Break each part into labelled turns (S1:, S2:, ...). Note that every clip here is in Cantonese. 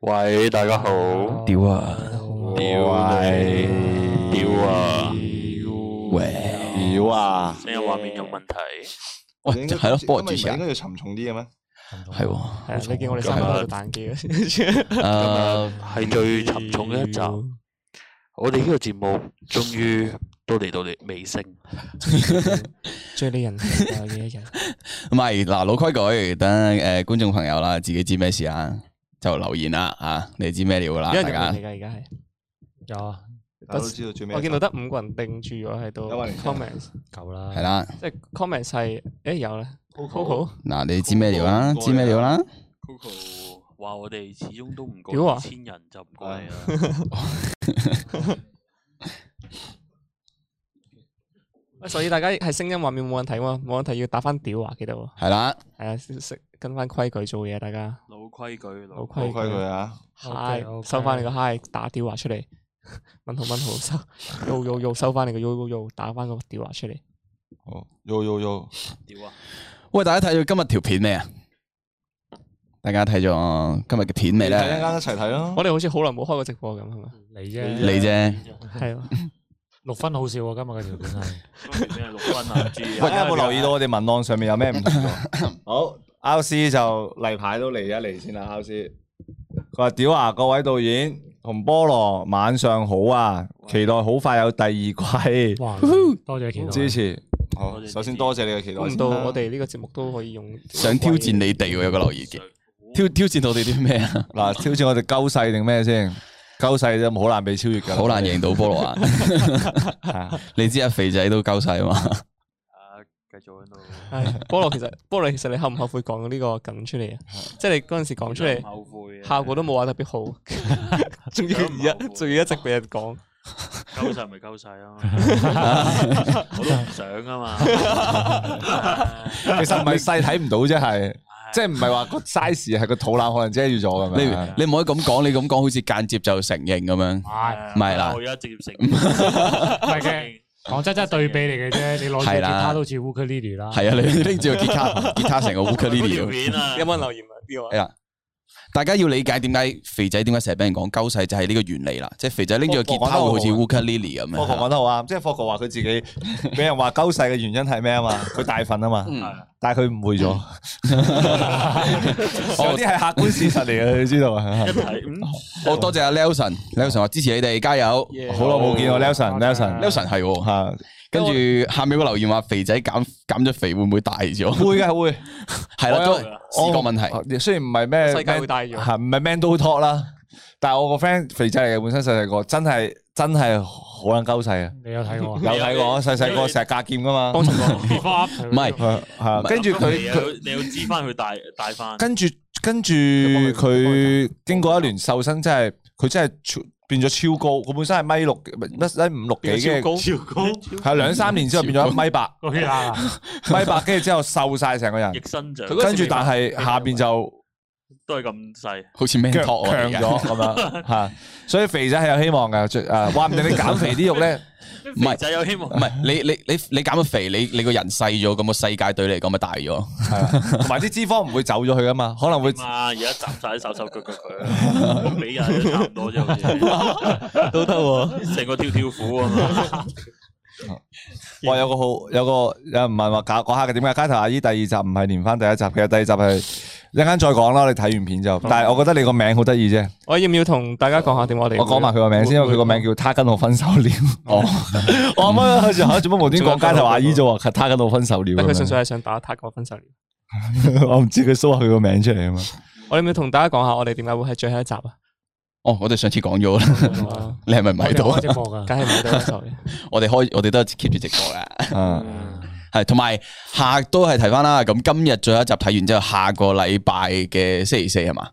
S1: 喂，大家好，
S2: 屌啊！
S1: 屌你，屌啊！
S2: 喂，
S3: 屌啊！
S1: 咩畫面有問題？
S2: 喂，哦就係咯，幫我主
S3: 今
S2: 持
S3: 日唔係應
S2: 人
S3: 該要沉重啲嘅咩？
S2: 係喎，
S4: 係啊你見我哋三個喺度彈機啊？
S2: 誒，
S1: 係最沉重嘅一集，我哋呢個節目終於都嚟到尾聲，
S4: 最令人期待嘅一日，
S2: 唔係嗱，老規矩，等誒觀眾朋友啦，自己知咩事啊，就留言啦啊，你知咩料噶啦，
S4: 一
S2: 大
S4: 人
S2: 家
S4: 嚟㗎，而家係。
S5: 有啊，
S3: 大家都知道最尾一
S4: 我
S3: 集。
S4: 見到得五個人定住咗喺度
S3: 有冇人
S4: comments，
S5: 夠啦，
S2: 係，啦，
S4: 即係 comments 係誒有咧，Coco，
S2: 嗱，你知咩料啦，知咩料啦，
S1: Coco 話我哋始終都唔
S4: 屌
S1: 過
S4: 啊
S1: 二千人就唔過啊你啦。
S3: 啊
S4: 喂所以大家係聲音畫面冇人睇喎，冇人睇要打翻屌啊，記得喎，
S2: 係啦，
S4: 係啊，識跟翻規矩做嘢，大家
S1: 老規矩，老
S4: 老
S3: 好
S4: 規
S3: 規矩啊！
S4: hi
S5: OK，OK
S4: 收翻你個 hi 打屌話出嚟， 問號問號收 yo yo yo 收翻你個 yo yo yo 打翻個屌話出嚟，
S3: 好，yo yo yo，
S1: 屌啊！
S2: 喂，大家睇咗今日條片未啊？大家睇咗今日嘅片
S3: 睇
S2: 未
S3: 一
S2: 咧？
S3: 間一齊睇咯。
S4: 我哋好似好耐冇開過直播咁係咪？
S5: 你啫，
S2: 你啫，
S4: 係咯，
S5: 六分好笑啊！今日嘅條片係，
S1: 咩六分啊？知
S3: 喂，大家有冇留意到我哋文案上面有咩 唔同咗？好，R C 就例牌都嚟一嚟先啦，R C。佢話：屌啊，各位導演同菠蘿晚上好啊，期待好快有第二季，
S5: 哇，多謝期待，
S3: 支持。
S1: 多謝
S3: 好，
S1: 支持
S3: 首先多謝你嘅期待
S4: 估唔
S3: 先啦。
S4: 到我哋呢個節目都可以用
S2: 想挑戰你哋喎，有個留言嘅，挑挑戰我哋啲咩啊？
S3: 嗱，挑戰我哋鳩勢定咩先？鳩勢啫，好難被超越㗎啦。
S2: 好難贏到菠蘿啊！
S3: 係啊。
S2: 你知啊，肥仔都夠晒嘛？
S1: 啊，繼續喺度。
S4: 係菠蘿，其實 菠蘿其實你後唔後悔講呢個梗出嚟啊？即係你嗰陣時講出
S1: 唔
S4: 嚟，
S1: 後悔啊嘅，
S4: 效果都冇話特別好，仲要而家仲要一直俾人講，
S1: 鳩晒咪鳩晒啊！我都唔想啊嘛。
S3: 其實唔係細睇唔到啫，係即係唔係話個 size 係個肚腩可能遮住咗咁
S2: 你
S3: 樣。
S2: 你唔可以咁講，你咁講好似間接就承認咁樣。
S5: 係
S2: 唔係啦
S1: 我而家直接 食。唔
S5: 係嘅，講真真係對比嚟嘅啫，你攞住
S2: 係
S5: 吉
S2: 啦
S5: 他都好似 w o o k i l i 啦，
S2: 係啊，你拎住個吉他，吉他成個烏克
S1: 嗰
S2: 麗
S1: 條
S2: 咁。
S1: 片啊，
S4: 有冇人留言啊？呢個
S2: 係啦，大家要理解點解肥仔點解成日俾人講鳩細就係呢個原理啦。即係肥仔拎住個吉他會好似烏克麗咁
S3: 霍哥講
S2: 樣。
S3: 得好啱，即係霍哥話佢自己俾人話鳩細嘅原因係咩啊嘛？佢大份啊嘛，
S1: 係
S3: 但係佢誤會咗，
S2: 啊
S3: 有啲係客觀事實嚟嘅，你知道啊
S1: 一？睇嗯。
S2: 好多謝阿 Nelson，Nelson 話支持你哋，加油。
S3: 好耐冇見我 Nelson，Nelson
S5: 多謝
S2: Nelson 係喎，
S3: 嚇
S2: 跟住下面個留言話肥仔減減咗肥會唔會大咗？
S3: 會嘅會，
S2: 係啦，都
S1: 我有
S2: 視覺問題。
S3: 題。雖然唔係咩
S4: 世界會大咗
S3: 嚇唔係 man do talk 啦，但係我個 friend 肥仔嚟嘅，本身細細個真係真係好撚鳩細啊！
S5: 你有睇過啊
S3: 有睇過，細細個成日架劍噶嘛。
S4: 幫襯過
S5: Before After
S2: 唔係
S3: 係啊
S2: 啊
S3: 係，跟住
S1: 你
S3: 佢佢
S1: 又你要知翻佢大大翻，
S3: 跟住跟住佢經過一年瘦身，真係佢真係超變咗超高。佢本身係米六，乜米五六幾嘅，
S1: 超高，
S3: 係兩三年之後變咗一米八，
S5: 個血壓啊，
S3: 米八跟住之後瘦晒成個人
S1: 逆。生長
S4: 佢嗰
S3: 跟住但係下邊就
S1: 都係咁細。
S2: 好似 man
S3: 強
S2: talk 啊
S3: 強咗咁 樣嚇，所以肥仔係有希望嘅。最啊，話唔定你減肥啲肉 咧，
S2: 唔 係
S1: 肥仔有希望
S2: 唔，係你你你你減咗肥，你你個人細咗，咁個世界對你嚟講咪大咗？
S3: 係啊同埋啲脂肪唔會走咗去噶嘛，可能會
S1: 嘛而家集晒啲手手腳腳 佢，俾人都差唔多啫，好
S4: 都得喎，
S1: 似成個跳跳虎啊嘛。
S3: 我有個好有個有人問話搞講下嘅點解街頭阿姨第二集唔係連翻第一集嘅，第二集係一陣間再講啦。我哋睇完片就，但係我覺得你個名好得意啫。
S4: 我要唔要同大家講下點我哋？
S3: 我講埋佢個名先，因為佢個名叫他跟我分手 了。哦，我啱啱開始嚇做乜無端講街頭阿姨啫喎，他跟我分手了
S4: 但
S3: 咁
S4: 佢純
S3: 樣。
S4: 粹係想打他我分手了。
S3: 我唔知佢 show 下佢個名出 嚟啊嘛。
S4: 我哋要唔要同大家講下我哋點解會係最後一集啊？
S2: 哦，我哋上次講咗啦，
S4: 啊
S2: 你係咪唔喺度
S5: 我
S2: 啊
S5: 哋開？直播㗎，
S4: 梗係唔 係得 sorry。
S2: 我哋開我哋都係 keep 住直播啦，
S3: 啊，
S2: 係同埋下都係睇翻啦。咁今日最後一集睇完之後，下個禮拜嘅星期四係嘛？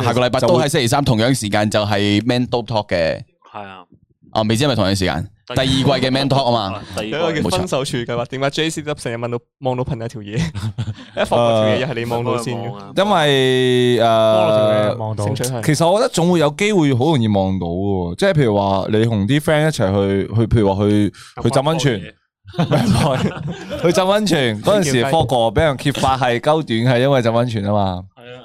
S3: 星期
S2: 下個禮拜
S3: 就
S2: 都
S3: 會
S2: 係星期三，同樣時間就係 Man Dope Talk 嘅。
S1: 係啊，
S2: 啊，未知係咪同樣時間？第二季嘅 Man Talk 啊 嘛，，
S1: 第
S4: 有
S1: 二
S4: 一
S1: 季
S4: 個
S2: 冇
S4: 叫
S2: 錯
S4: 分手處計劃，點解啊 J C 粒成日問到望到噴一 條嘢，一放嗰條嘢又係你望到先嘅，
S1: 啊，
S3: 因為
S5: 菠蘿條
S3: 誒
S5: 嘢。望到
S4: 性取向
S3: 呃其實我覺得總會有機會好容易望到嘅喎，即係譬如話你同啲 friend 一齊去去，譬如話去去浸温泉， 去浸温泉嗰陣時，科哥俾人揭發係鳩短，係因為浸温泉啊嘛，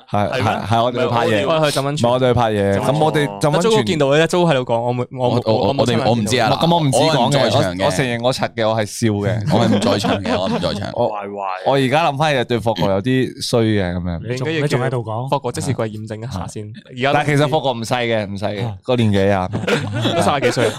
S1: 係啊，
S3: 係
S1: 係咩
S3: 係係我哋去拍嘢，
S1: 唔係
S3: 唔
S4: 我哋去浸温
S3: 係
S4: 泉哦
S3: 我。哋去拍嘢。咁我哋浸
S4: 阿租
S3: 温
S4: 見
S3: 泉，
S4: 到咧，租喺度講，我冇我
S2: 我
S4: 冇
S2: 我
S4: 冇
S2: 我哋
S4: 親眼
S2: 我唔知啊
S4: 見到
S2: 嗱
S3: 咁我唔止講
S2: 我係唔在場
S3: 嘅，
S2: 嘅
S3: 我我承認我柒嘅，我係笑嘅。
S2: 我係唔在場嘅，我唔在場。
S3: 我
S1: 坏坏
S3: 我而家諗翻嘢對霍哥有啲衰嘅咁樣，
S5: 你仲
S4: 你應該要
S5: 你仲
S4: 叫
S5: 喺度講，
S4: 霍哥即是佢驗證一
S2: 啊
S4: 下先。而家
S3: 但係其實霍哥唔細嘅，唔細嘅個年紀啊。
S4: 都三十 幾歲，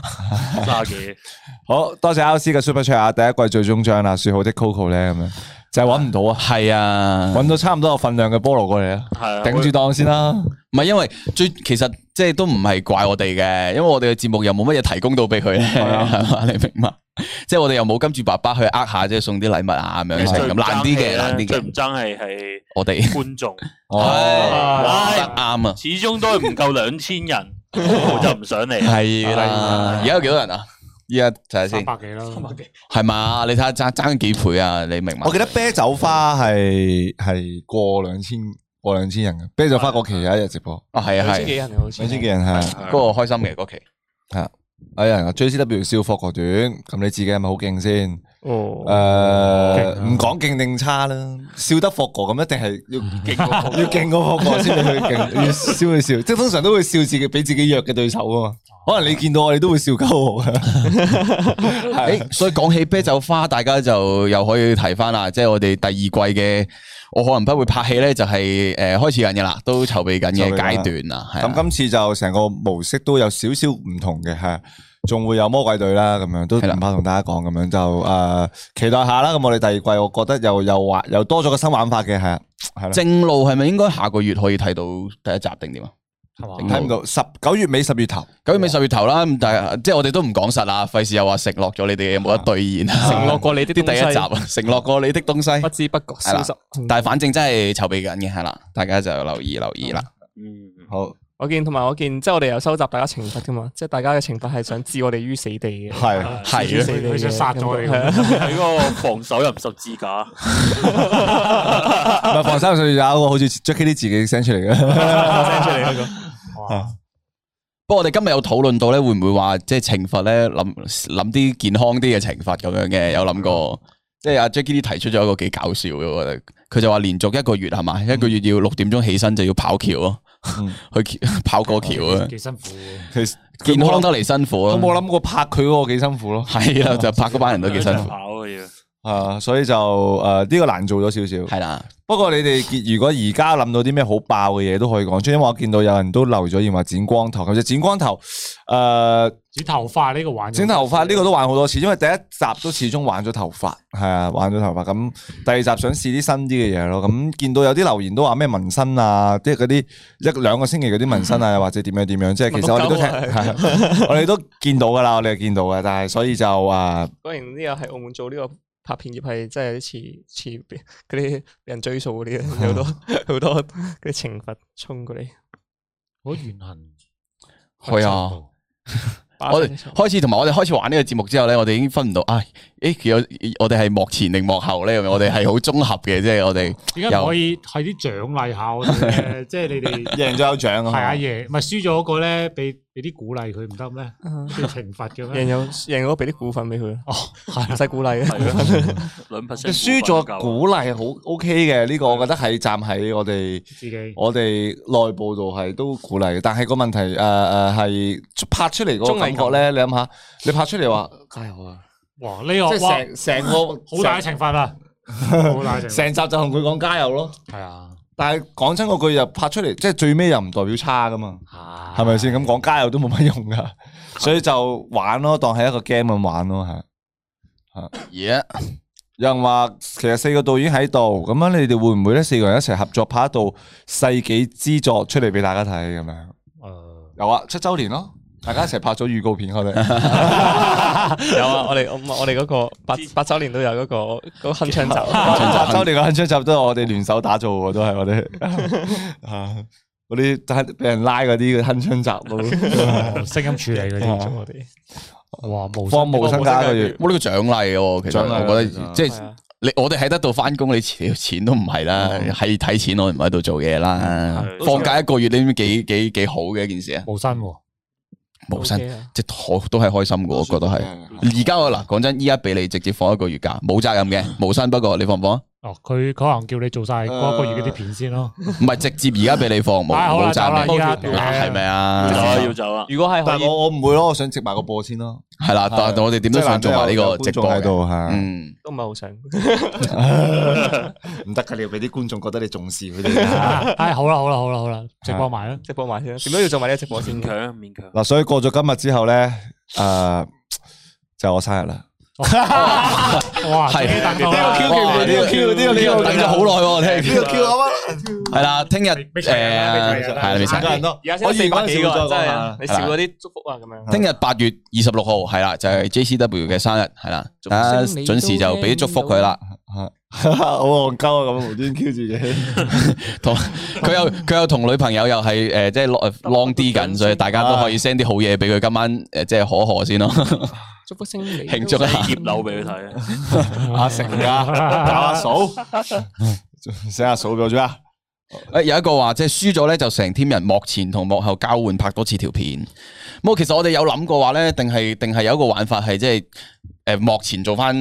S1: 卅几，
S3: 好多謝 L C 嘅 Super Chat 啊，第一季最終章啦，说好的 Coco 咧咁樣就係揾唔到啊，
S2: 係啊，
S3: 揾到差唔多有份量嘅菠蘿過嚟啊，
S1: 係啊
S3: 頂住檔先啦。
S2: 唔係因為最其實即係都唔係怪我哋嘅，因為我哋嘅節目又冇乜嘢提供到俾佢咧，
S3: 啊
S2: 係嘛？ 你明嘛？即係我哋又冇跟住爸爸去呃下，即係送啲禮物啊咁樣
S1: 最
S2: 成咁
S1: 唔
S2: 難
S1: 爭
S2: 啲
S1: 氣
S2: 嘅，
S1: 咧
S2: 難啲
S1: 啊最
S2: 嘅
S1: 唔，爭氣係
S2: 我哋。
S1: 觀眾，哦
S2: 唉，得啱啊，
S1: 始終都係唔夠兩千 人，我就唔想嚟。
S2: 係啦。而家有幾多人啊？依家睇下
S5: 三
S2: 先，
S5: 百幾啦，
S2: 係嘛？你睇下爭爭幾倍啊？你明嘛？
S3: 我記得啤酒花係係過兩千過兩千人嘅，啤酒花嗰期有一日直播，
S2: 啊，係啊
S4: 兩千幾
S2: 係，
S4: 人啊好似。
S3: 兩千幾人係。啊
S1: 係
S2: 嗰個開心嘅嗰期。
S3: 有人話 JCW 笑霍哥短，咁你自己係咪好勁先？
S4: 哦，
S3: 诶
S5: 勁，啊
S3: 唔講勁定差啦，笑得霍哥咁一定係 要勁過，要勁過霍哥先至去勁，要先會笑。即系通常都會笑自己比自己弱嘅對手噶嘛。可能你見到我哋都會笑鳩我 嘅。
S2: 诶、所以講起啤酒花，大家就又可以提翻啦，即係我哋第二季嘅，我可能不會拍戲咧，就係诶开始緊嘅啦，都籌備緊嘅
S3: 籌備緊啦
S2: 階段啦，系啊
S3: 咁今次就成個模式都有少少唔同嘅，係仲會有魔鬼隊啦，咁樣都
S2: 係啦
S3: 唔怕同大家講，咁樣就诶、呃期待下啦。咁我哋第二季，我覺得又又玩又多咗個新玩法嘅，係啊，係啦。
S2: 正路係咪應該下個月可以睇到第一集定點啊？
S5: 係嘛？
S3: 睇唔到十九月尾十月頭，
S2: 九月尾十月頭啦，咁但係即係我哋都唔講實啦，費事又話承諾咗你哋嘅冇得兑現啊！
S4: 承諾過你的
S2: 啲第一集
S4: 東西，
S2: 啊，承諾過你的東
S4: 不
S2: 西，
S4: 知不覺消失。
S2: 但係反正真係籌備緊嘅係啦，大家就留意留意啦。
S1: 嗯，
S3: 好
S4: 我見同埋我見，即係我哋有收集大家懲罰噶嘛，即係大家嘅懲罰係想置我哋於死地嘅。
S3: 係。
S2: 係
S5: 佢佢想殺咗 你
S4: 係啊
S5: 咁，
S1: 喺嗰個防守入十字 架，
S3: 唔
S2: 啊
S3: 係防三歲有一個好似 Jackie 啲自己 send 出嚟 嘅，
S4: send 出嚟嗰個
S5: 哇！
S2: 不過我哋今日有討論到咧，會唔會話即係懲罰咧，諗諗啲健康啲嘅懲罰咁樣
S5: 嗯
S2: 嘅，有諗過。即係阿 Jackie 提出咗一個幾搞笑嘅，我覺得佢就話連續一個月係嘛，
S5: 嗯
S2: 一個月要六點鐘起身就要跑橋咯， 去橋跑過橋啊，
S5: 幾辛苦喎。
S3: 佢
S2: 健
S3: 冇
S2: 康
S3: 諗，
S2: 得嚟辛苦
S3: 我
S2: 啊。
S3: 冇諗過拍佢嗰個幾辛苦咯，
S2: 係啊，就拍嗰班人都幾辛苦，
S1: 跑嘅要。
S3: 啊，所以就誒呢個難做咗少少。
S2: 係啦，
S3: 不過你哋結如果而家諗到啲咩好爆嘅嘢都可以講出，因為我見到有人都留咗言話剪光頭，咁就剪光頭呃誒。
S5: 剪頭髮呢個玩，
S3: 剪頭髮呢個都玩好多次，因為第一集都始終玩咗頭髮，係啊，玩咗頭髮。咁第二集想試啲新啲嘅嘢咯。咁見到有啲留言都話咩紋身啊，即係嗰啲一兩個星期嗰啲紋身啊，或者點樣點樣，即係其實我哋都聽，
S4: 紋到
S3: 係啊我哋都見到噶啦，我哋係見到嘅。但係所以就啊，
S4: 果然呢個喺澳門做呢個拍片業係真係似似 嗰啲人追數嗰啲，啊 有好多 好多嗰啲懲罰衝過嚟。
S5: 好怨恨。
S2: 係啊。我哋開始同埋我哋開始玩呢個節目之後咧，我哋已經分唔到，唉，誒有我哋係幕前定幕後咧？我哋係好綜合嘅，即係我哋
S5: 點解唔可以係啲獎勵下我哋 咧？即係你哋
S3: 贏咗有獎啊
S5: 係阿
S3: 嘛，
S5: 爺，唔係輸咗嗰個咧，俾俾啲鼓勵佢唔得咩？要懲罰嘅
S4: 贏
S5: 咩？
S4: 有贏咗俾啲股份俾佢，
S5: 哦，
S4: 唔
S5: 係啊
S4: 使鼓勵啊嘅。
S1: 兩 percent
S3: 輸咗鼓勵好 OK 嘅呢個，我覺得係站喺我哋。
S5: 自己
S3: 我哋內部度係都鼓勵嘅，但係個問題誒誒係拍出嚟嗰個感覺咧，你諗下，你拍出嚟話加油啊！
S5: 哇呢個哇
S3: 即系成成個
S5: 好大嘅
S3: 成
S5: 懲罰 啊！好大嘅懲罰
S3: 成集就同佢講加油咯。
S5: 係啊，
S3: 但係講真嗰句又拍出嚟，即係最尾又唔代表差噶嘛，
S5: 係
S3: 係咪先？咁講加油都冇乜用噶，所以就玩咯，當係一個 game 咁玩咯，係。啊
S2: 而家
S3: 有人話其實四個導演喺度，咁樣你哋會唔會咧四個人一齊合作拍一套世紀之作出嚟俾大家睇咁樣？
S5: 誒
S3: 有啊，七周年咯，大家一齊拍咗預告片我哋。
S4: 有啊，我哋我我哋嗰個八八周年都有嗰個嗰 個鏗槍集。啊
S3: 八周年嘅鏗鏘集都係我哋聯手打造喎，都係我哋啊嗰啲真係俾人拉嗰啲嘅鏗鏘集咯，啊
S5: 哦聲音處理嗰啲，
S4: 我哋
S5: 哇無
S3: 放
S2: 哦
S3: 無薪假一個月
S4: 月。
S2: 冇呢個獎勵嘅喎，其實
S3: 獎勵啊
S2: 我覺
S3: 其
S2: 得
S3: 實
S2: 即
S4: 係
S2: 係
S4: 啊
S2: 你我哋喺得度翻工，你錢錢都唔係啦，係睇錢我唔喺度做嘢啦。
S1: 係
S2: 放假一個月，你知唔知幾幾幾好嘅一件事啊？
S5: 無薪喎，
S2: 無薪
S4: OK 啊
S2: 即係可都係開心嘅，我覺得係。而家我嗱講真，依家俾你直接放一個月假，冇責任嘅，無薪不過你放唔放啊？
S5: 哦，佢可能叫你做晒嗰一個月嗰啲片先咯。
S2: 唔係直接而家俾你放冇
S5: 唉好啦
S2: 冇
S5: 走啦
S2: 暫
S5: 依家
S3: 嗯
S2: 停，係咪啊？
S1: 走啊，要走啊！
S4: 如果係可
S3: 但
S4: 以，
S3: 我我唔會咯，我想直埋個播先咯。
S2: 係啦，但但我哋點都想做埋呢個直播
S3: 喺
S2: 嘅。
S3: 度吓，
S2: 嗯，
S4: 都唔係好想。
S3: 唔得噶，你要俾啲觀眾覺得你重視佢 哋。
S5: 唉，好啦好啦好啦好啦，直播埋啊啦。
S4: 直播埋先，點都要做埋呢個直播先
S1: 勉。強勉強，
S3: 嗱，所以過咗今日之後咧，诶，就係我生日啦。
S5: 哇，
S2: 係
S5: 自己等到啦
S3: 呢個 Q 期
S2: 哇
S3: 呢個 Q 呢個
S2: 呢
S3: Q
S2: 個等咗好耐喎，我聽。
S3: Q 啊
S2: 係啦，聽日誒
S5: 未齊啊未齊啊
S2: 係啦，未
S3: 嘛，
S2: 齊。
S3: 咯
S4: 而家先四百幾個，真係你
S2: 係啦
S4: 少 嗰啲祝福啊咁樣。
S2: 聽日八月二十六號係啦，就係 JCW 嘅生日係啦，大家準時就俾啲祝福佢啦。
S3: 好戇鳩啊！咁無端 Q 自己，
S2: 同佢又佢又同女朋友又係诶，即係 long long 啲緊，所以大家都可以 send 啲好嘢俾佢。今晚诶，即係可賀先咯，
S4: 祝福星你
S2: 慶祝啊一下
S1: 葉柳俾佢睇，
S3: 阿成啊，搞阿嫂， 寫阿嫂咗咗啊！
S2: 诶，有一個話即係輸咗咧，就成 team 人幕前同幕後交換拍多次條片。冇，其實我哋有諗過話咧，定係定係有一個玩法係即係诶幕前做呃翻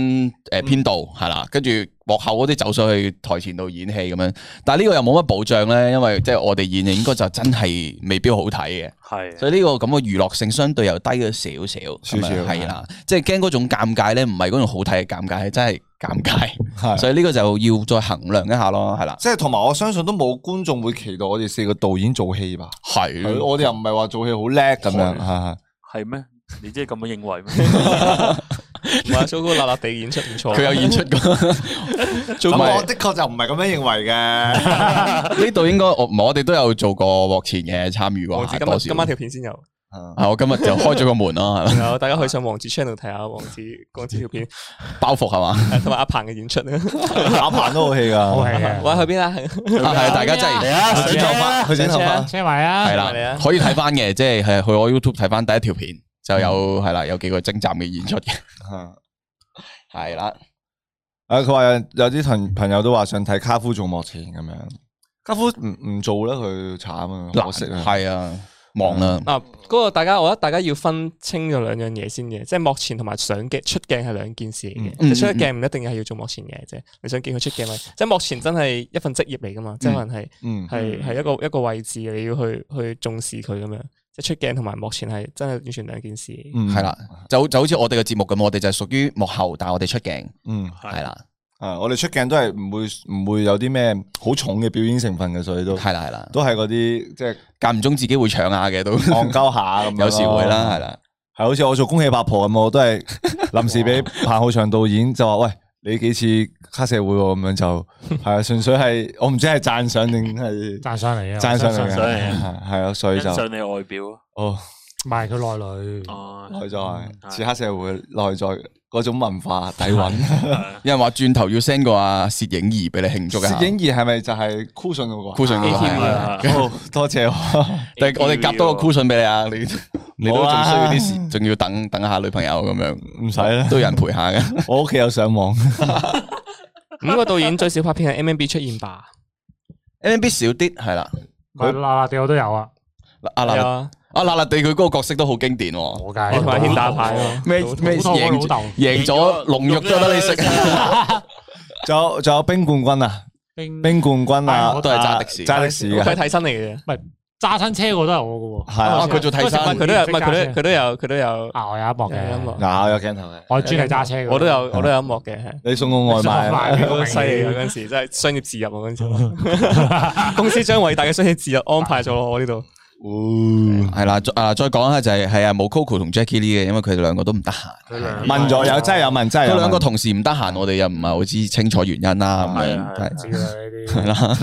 S2: 诶
S3: 嗯
S2: 編導係啦，跟住幕後嗰啲走上去台前度演戲咁樣。但系呢個又冇乜保障咧，因為即係我哋演嘅應該就真係未必好睇嘅。
S1: 係
S2: 所以呢個咁嘅娛樂性相對又低咗少少，
S3: 少少
S2: 係啦，即係驚嗰種尷尬咧，唔係嗰種好睇嘅尷尬，係真係尷尬。
S3: 係
S2: 所以呢個就要再衡量一下咯，係啦，
S3: 即係同埋，我相信都冇觀眾會期待我哋四個導演做戲吧？
S2: 係
S3: 我哋又唔係話做戲好叻咁
S1: 係
S3: 樣，係
S1: 係咩？你真係咁樣認為咩？
S4: 話蘇哥立立地演出唔錯。啊
S2: 佢有演出㗎，
S3: 係
S2: 做
S3: 咁
S2: 埋
S3: 我的確就唔係咁樣認 為嘅。
S4: 啊
S2: 啊呢度應該我唔係我哋都有做過幕前嘅參與
S4: 王
S2: 過
S4: 子
S2: 下
S4: 今日
S2: 多少
S4: 今。晚條片先有，
S2: 啊！我今日就開咗個門 咯，係咪
S4: 然後大家可以上王子 channel 睇下王子王子條片，
S2: 包袱係嘛？
S4: 誒同埋阿鵬嘅演出。
S3: 打棒都好戲㗎，
S5: 好戲嘅，
S4: 喂，去邊 啊？
S2: 係大家真係
S3: 啊！剪頭髮，佢剪頭髮。
S5: 車埋啊
S2: 係。
S4: 嚟
S2: 啦
S4: 啊，
S2: 可以睇翻嘅，即係係去我 YouTube 睇翻第一條片，就有
S3: 嗯
S2: 係啦，有幾個精湛嘅演出嘅，
S3: 啊！
S2: 係啦。
S3: 佢話有有啲朋朋友都話想睇卡夫做幕前咁樣，卡夫唔唔做啦，佢慘啊，嗯可惜啊，
S2: 系啊，忙啦，
S4: 嗱，嗰個大家，我覺得大家要分清咗兩樣嘢先嘅，即係幕前同埋上鏡出鏡係兩件事嚟嘅。
S2: 嗯
S4: 你出鏡唔一定係要做幕前嘅啫，你想見佢出 鏡咪，即係幕前真係一份職業嚟噶嘛，即係可能係
S3: 嗯，
S4: 係係一個一個位置，你要去去重視佢咁樣。即係出鏡同埋幕前係真係完全兩件事。
S3: 嗯
S2: 系，啦，就就好似我哋嘅節目咁，我哋就係屬於幕後，但係我哋出鏡
S3: 嗯，
S2: 係啦，
S3: 啊，我哋出鏡都係唔會唔會有啲咩好重嘅表演成分嘅，所以都
S2: 係啦係啦，
S3: 都係嗰啲即係
S2: 間唔中自己會搶下嘅都，
S3: 戇鳩下咁樣咯，
S2: 有時會啦，係啦，
S3: 係好似我做恭喜八婆咁，我都 係臨時俾彭浩翔導演就話：喂，你幾次黑社會喎咁樣 就係啊，純粹係我唔知係讚賞定係
S5: 讚上嚟啊！
S3: 讚賞嚟嘅，
S5: 嘅，
S1: 賞嚟
S3: 係啊，所以
S1: 欣
S3: 就
S1: 賞你外表啊
S3: 哦，
S5: 唔係佢內裏，
S1: 哦，
S3: 內在
S1: 係
S3: 似黑社會內在嗰種文化底蘊。
S2: 有人話轉頭要 send 個阿薛影兒俾你慶祝一下
S3: 攝，影儀係咪就係 cushion 嗰個？
S2: cushion 嗰個係
S1: 係
S2: 係
S1: 啊
S3: 好多謝我。
S2: 但係我哋夾多個 cushion 俾你啊，你你都
S3: 冇
S2: 仲需要
S3: 啊
S2: 啲 時，仲要等等下女朋友咁樣，
S3: 唔使啦
S2: 都有人陪下嘅，
S3: 我屋企有上網，
S4: 五個導演最少拍片係 M M B 出現 吧？
S2: M B 少啲係啦，
S5: 佢嗱嗱地我都有啊，
S2: 阿
S4: 係
S2: 辣
S4: 啊，
S2: 阿辣辣地佢嗰個角色都好經典喎。
S5: 我
S4: 你同阿軒
S5: 介。
S4: 打牌咯。
S2: 咩咩
S5: 老豆
S2: 贏
S5: 啊老豆
S2: 贏咗龍肉 都得你食，
S3: 仲有仲有冰冠軍啊，
S5: 冰
S3: 冰冠軍
S5: 哎
S3: 啊，
S5: 我
S2: 都係揸的士
S3: 揸的士
S4: 佢
S3: 嘅，
S4: 係替身嚟嘅啫，
S5: 揸親車個都係我嘅喎。
S3: 係啊
S2: 啊佢做替
S5: 嗰
S2: 身
S5: 陣時
S4: 哦佢都有，唔係佢
S5: 識揸
S4: 都
S5: 車
S4: 佢都有佢都有，
S5: 啊，我有一幕
S4: 有一幕
S5: 嘅，
S3: 嗱有鏡頭嘅，
S5: 我專係揸車嘅。
S4: 我都有我都有一幕嘅，係
S3: 你送個外賣，
S4: 好犀利啊！嗰陣時真係商業自入啊！嗰陣時，公司將偉大嘅商業自入安排咗落我呢度。
S3: 哦
S2: 係啦，再啊再講下就係係啊冇 Coco 同 Jackie Lee 嘅，因為佢哋兩個都唔得閒，
S3: 問咗有真係有問真係有
S2: 佢
S3: 問，
S2: 兩個同事唔得閒，我哋又唔係好知清楚原因啦咁
S1: 係
S2: 樣，
S1: 啊係
S2: 係
S5: 知啦呢
S2: 係
S5: 啲
S2: 啦，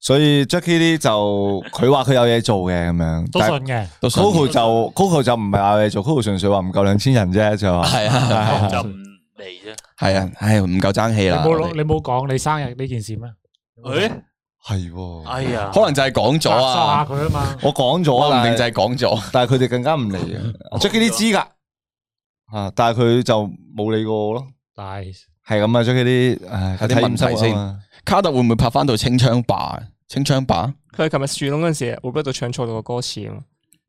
S3: 所以 Jackie 呢就佢話佢有嘢做嘅咁樣，
S5: 都
S3: 但
S5: 信嘅。
S2: 都信
S3: Coco 就 Coco 就唔係有嘢做，Coco 純粹話唔夠兩千人啫，就話
S2: 係啊
S1: 就唔嚟啫。
S2: 係啊，唉唔夠爭氣
S5: 你
S2: 啦，
S5: 冇
S2: 我
S5: 攞你
S2: 哋
S5: 冇講你生日呢件事咩？
S1: 誒，
S3: 係喎，
S1: 哎呀，
S2: 可能就係講咗
S5: 殺
S2: 啊，
S5: 下佢啊嘛。
S3: 我講
S2: 我
S3: 咗哦
S2: 唔
S3: 啦，
S2: 定就係講咗，
S3: 但係佢哋更加唔嚟 嘅，Jackie 啲知噶，啊，但係佢就冇理過我咯，
S5: 但係
S3: 係咁啊，Jackie 啲唉，
S2: 有啲問
S3: 啊
S2: 題先卡特會唔會拍翻到清槍霸？清槍霸
S4: 佢琴日樹窿嗰陣時，會不度唱錯到個歌詞啊嘛，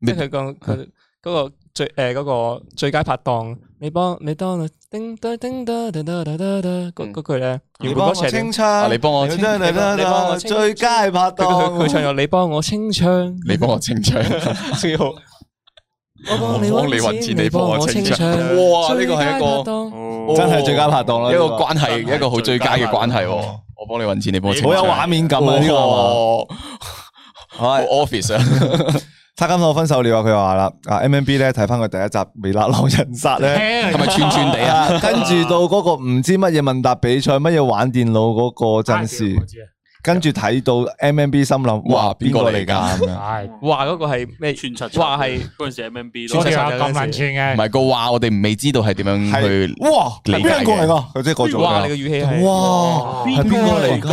S4: 即係佢講佢嗰個最誒嗰個最佳拍檔，你幫你當我叮叮叮叮叮叮叮叮嗰嗰句咧，原本嗰時係點
S5: À,
S3: 春
S2: 你幫我清
S3: 真係
S4: 你幫你幫我清
S3: 最佳拍
S4: 佢佢佢
S3: 檔。
S4: 唱咗你幫我清唱，
S2: 你幫我清唱，
S4: 仲 要我幫你
S2: 我幫你揾
S4: 揾
S2: 錢
S4: 錢，
S2: 你
S4: 你
S2: 幫
S4: 幫
S2: 我
S4: 我
S2: 清
S4: 清
S2: 唱
S4: 唱。
S2: 哇呢個係一個
S4: 最佳拍檔
S3: 真係最佳拍檔啦！
S2: 一個
S3: 呢個
S2: 關哦係，一個好最佳嘅關係喎。我幫你搵錢，你幫我清
S3: 好
S2: 唱
S3: 有畫面感啊！呢個 係嘛
S2: 哇
S3: 好係
S2: office 啊，
S3: 他今我分手了啊！佢話啦，啊 M M B 咧睇翻佢第一集《微辣狼人殺》 咧，
S2: 係咪串串地啊？
S3: 啊跟住到嗰個唔知乜嘢問答比賽，乜嘢玩電腦嗰個陣時
S5: 我，知啊
S3: 跟住睇到 M M B 心諗，哇
S2: 哇邊
S3: 邊
S2: 個
S3: 個
S2: 嚟
S3: 嚟
S2: 㗎
S3: 㗎？咁樣
S5: 係，
S4: 話嗰個係咩？
S1: 串柒
S4: 話係
S1: 嗰陣時 MMB
S5: 我
S4: 串
S5: 哋
S4: 柒
S1: 咯，
S2: 啊
S5: 話
S4: 有
S5: 咁
S4: 陣
S5: 撚串
S4: 時
S5: 嘅，
S2: 唔係個話，我哋唔未知道係點樣去
S3: 係哇
S2: 理解嘅
S3: 邊個嚟㗎？佢即係嗰種
S4: 哇！你個語氣啊係
S3: 哇係邊個嚟㗎？
S2: 係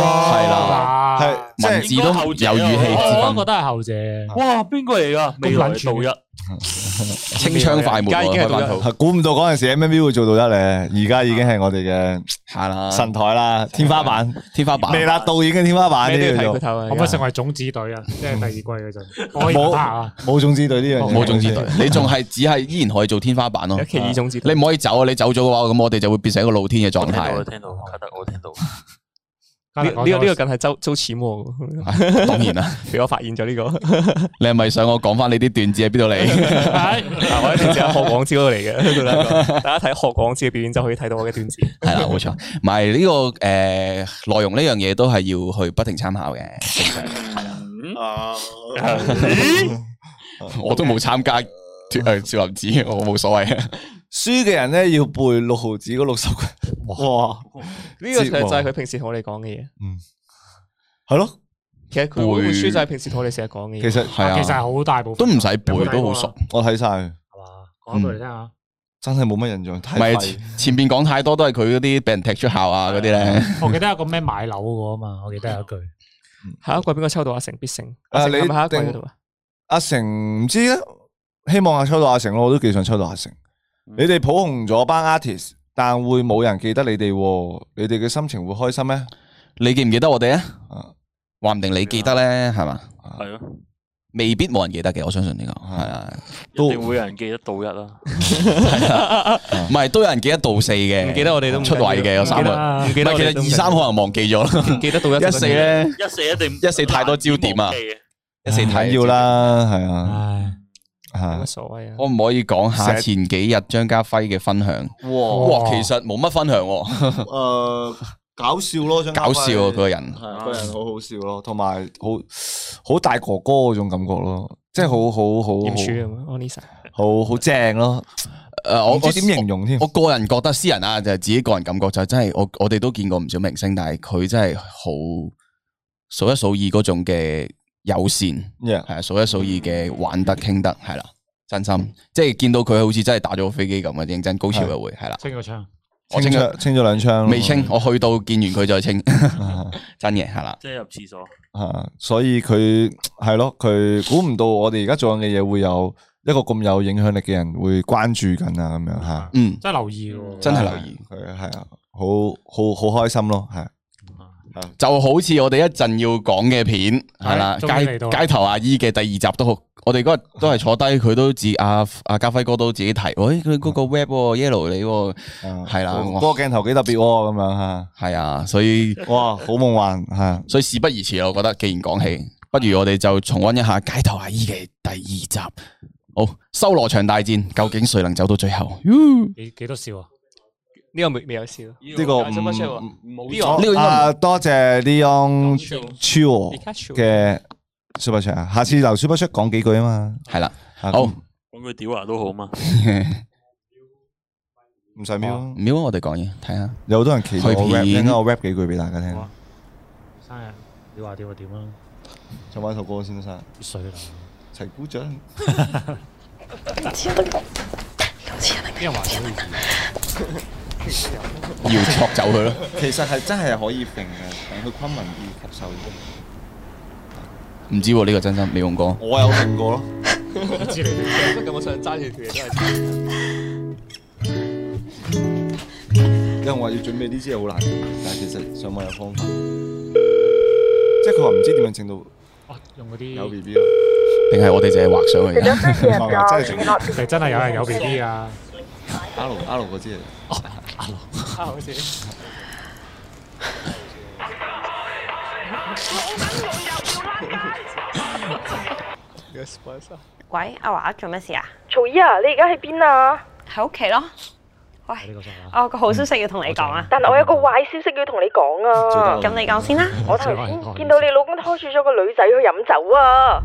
S2: 啦
S3: 係
S5: 啦哦
S3: 即
S2: 文
S3: 係
S2: 字都有語氣之
S5: 我
S2: 分
S5: 都覺。得係後者。
S1: 哇邊個
S5: à.
S1: 嚟噶？未來嘅道一
S2: 清槍快門
S4: 而家已
S2: 喎，
S4: 經係
S2: 開翻
S4: 到
S2: 套
S3: 係估唔到嗰陣時 M M B 會做到一咧，而家已經係我哋嘅
S2: 係啦，
S3: 神台啦，天花板，
S2: 天花板
S3: 微辣導演嘅天花板
S4: 咩都要
S3: 呢
S4: 睇
S3: 叫
S4: 佢
S3: 做
S4: 頭啊！
S5: 可唔可以成為種子隊啊？即係第二季嗰陣，我
S3: 冇
S5: 唔怕啊！
S3: 冇種子隊呢樣嘢，
S2: 冇種 子隊，你仲係只係依然可以做天花板咯
S4: 有。奇異種子，
S2: 你唔可以走啊！你走咗嘅話，咁我哋就會變成一個露天嘅
S1: 我
S2: 狀
S1: 聽到
S2: 態啊
S1: 我。聽到，卡特我聽到，
S4: 呢呢個呢個梗係周周淺喎，
S2: 當然啦，
S4: 俾我發現咗呢個。
S2: 你係咪想我講翻你啲段子喺邊度 嚟？
S4: 嗱，我一段子係學廣招嚟 嘅，大家睇學廣招嘅表演就可以睇到我嘅段子。
S2: 係啦，冇錯，唔係呢個诶內容呢樣嘢都係要去不停參考嘅。
S3: 啊
S2: 我都冇參加诶少林寺，我冇所謂。
S3: 嗯輸嘅人咧要背六毫子嗰六十個，哇，
S4: 呢個其實就係佢平時同我哋講嘅嘢。
S3: 係咯，
S4: 其實佢嗰本書就係平時同我哋成日講嘅
S3: 其
S4: 嘢。
S3: 實
S2: 係啊，
S5: 其實係好大部
S2: 都
S5: 分
S2: 唔使背，
S5: 啊
S2: 都好熟。
S3: 我睇晒，
S5: 係
S3: 嗯
S5: 嘛？講句嚟聽下，
S3: 真係冇乜印象，
S2: 唔
S3: 太
S2: 係
S3: 廢
S2: 前前边講太多都係佢嗰啲俾人踢出校啊嗰啲咧。
S5: 我記得有個咩買樓嗰個啊嘛，我記得有一句
S4: 下一季邊個抽到阿成必勝？
S3: 啊
S4: 阿成
S3: 你
S4: 係咪下一季嗰
S3: 定
S4: 度啊？
S3: 阿成唔知咧，希望阿抽到阿成咯，我都幾想抽到阿成。
S2: 嗯
S3: 你哋捧紅咗班 artist，但會冇人記得你哋喎，你哋嘅心情會開心咩？
S2: 你記唔記得我哋啊？
S3: 啊
S2: 話唔定你記得咧，係嘛？
S1: 係咯，
S2: 未必冇人記得嘅，我相信呢個係啊，
S1: 一定會有人記得道一啦。
S2: 唔係都有人記得道四嘅，
S4: 唔記得我哋都唔
S2: 出位嘅有三個人，
S5: 啊
S4: 唔記
S2: 唔
S4: 得
S2: 係
S4: 我
S2: 其
S4: 哋都
S2: 實二
S4: 唔記
S2: 三可能忘記咗啦，
S4: 唔記得到一
S2: 一四，咧
S1: 一四一定
S2: 一四太多焦點啊一四
S3: 唔
S2: 太
S3: 緊要，啦，係啊，
S5: 唉，
S4: 冇
S3: 啊
S4: 乜所謂
S2: 可
S4: 啊。
S2: 唔可以講下
S3: 成日
S2: 前幾日張家輝嘅分享？
S1: 哇！
S2: 哇，其實冇乜分享喎，
S3: 诶，呃搞笑咯，
S2: 搞笑啊個人，
S3: 系個人好好笑咯，同埋好好大哥哥嗰種感覺咯，即係好好
S4: 嚴
S3: 好
S4: 處啊嘛，Onisa。
S3: 好好正咯，我
S2: 誒我呃我
S3: 唔知點形容添
S2: 我。個人覺得私人啊，就係自己個人感覺就真係我我哋都見過唔少明星，但係佢真係好數一數二嗰種嘅友善，
S3: Yeah，
S2: 係啊數一數二嘅玩得傾得，係啦，真
S3: 嗯
S2: 心即係見到佢好似真係打咗個飛機咁啊！認真高潮嘅會係啦，
S5: 清個槍，
S2: 我
S3: 清
S2: 清咗
S3: 咗清咗兩槍，
S2: 未清，我去到見完佢再清，
S3: 啊
S2: 真嘅係啦，
S1: 即係入廁所，
S3: 啊，所以佢係咯，佢估唔到我哋而家做緊嘅嘢會有一個咁有影響力嘅人會關注緊啊，咁樣吓，
S2: 嗯，
S5: 真係留意喎，
S2: 真係留意。
S3: 佢係啊，好好好開心咯，係啊
S2: 就好似我哋一陣要講嘅片係啦，
S5: 終於嚟
S2: 街
S5: 到啦
S2: 街頭阿姨嘅第二集都好，我哋嗰日都係坐低，佢都自阿阿家輝哥都自己提，喂佢嗰個 web 喎 yellow 你喎，
S3: 啊
S2: 係啦我
S3: 嗰個鏡頭幾特別喎，咁樣吓，
S2: 係啊，所以
S3: 哇，好夢幻啊吓，
S2: 所以事不宜遲，啊我覺得既然講起，不如我哋就重温一下街頭阿姨嘅第二集。好，修羅場大戰究竟誰能走到最後？
S5: 幾幾多笑啊！
S4: 呢個未未有笑。
S3: 呢個
S4: 有 super chat 喎
S3: 唔
S4: 呢個
S2: 呢個應該唔
S3: 啊，多謝 Leon
S4: 講笑
S3: Chiu
S4: Pikachu
S3: 嘅 Super Chat，啊下次留 Super Chat 講幾句啊嘛，
S2: 係啦，
S3: 啊
S2: 好，
S1: 講句屌啊都好嘛。
S3: 唔使瞄啊，
S2: 唔要啊我哋講嘢，睇下
S3: 有好多人期待我
S2: 去
S3: rap，
S2: 片
S3: 一陣間我 rap 幾句俾大家聽，
S5: 哇生日你話點就點啊啦，
S3: 唱翻首歌先啦，
S5: 必須啦。
S3: 齊鼓掌。
S5: 啲人話好易
S2: 要戳走佢咯。
S3: 其實係真係可以揈嘅，等佢昆文啲吸收啲。
S2: 唔知喎呢個真心，你用過？
S3: 我有揈過咯，
S5: 知你哋
S4: 咁我想揸住條嘢真係。
S3: 因為我話要準備呢支嘢好難，但係其實上網有方法。即係佢話唔知點樣整到
S5: 哦哇用嗰
S3: 有
S5: 啲啊
S3: B B 咯。
S2: 定係我哋淨係畫上去嘅？
S6: Delivery
S3: Oh,
S6: of dogs
S3: that's actually-
S6: cannot be
S5: 係真係有人有 B
S6: made
S5: B 啊，
S3: 阿龍阿龍嗰支嚟，
S5: 哦
S4: 啊，好似有 sponsor。
S7: 喂，阿華做咩事啊？
S6: 曹姨啊，你而家喺邊啊？
S7: 喺屋企咯。喂，
S5: 呢個實話。
S7: 我有個好消息要同你講啊。
S6: 但我有個壞消息要同你講啊！
S7: 咁你講先啦。
S6: 我頭先見到你老公拖住咗個女仔去飲酒啊！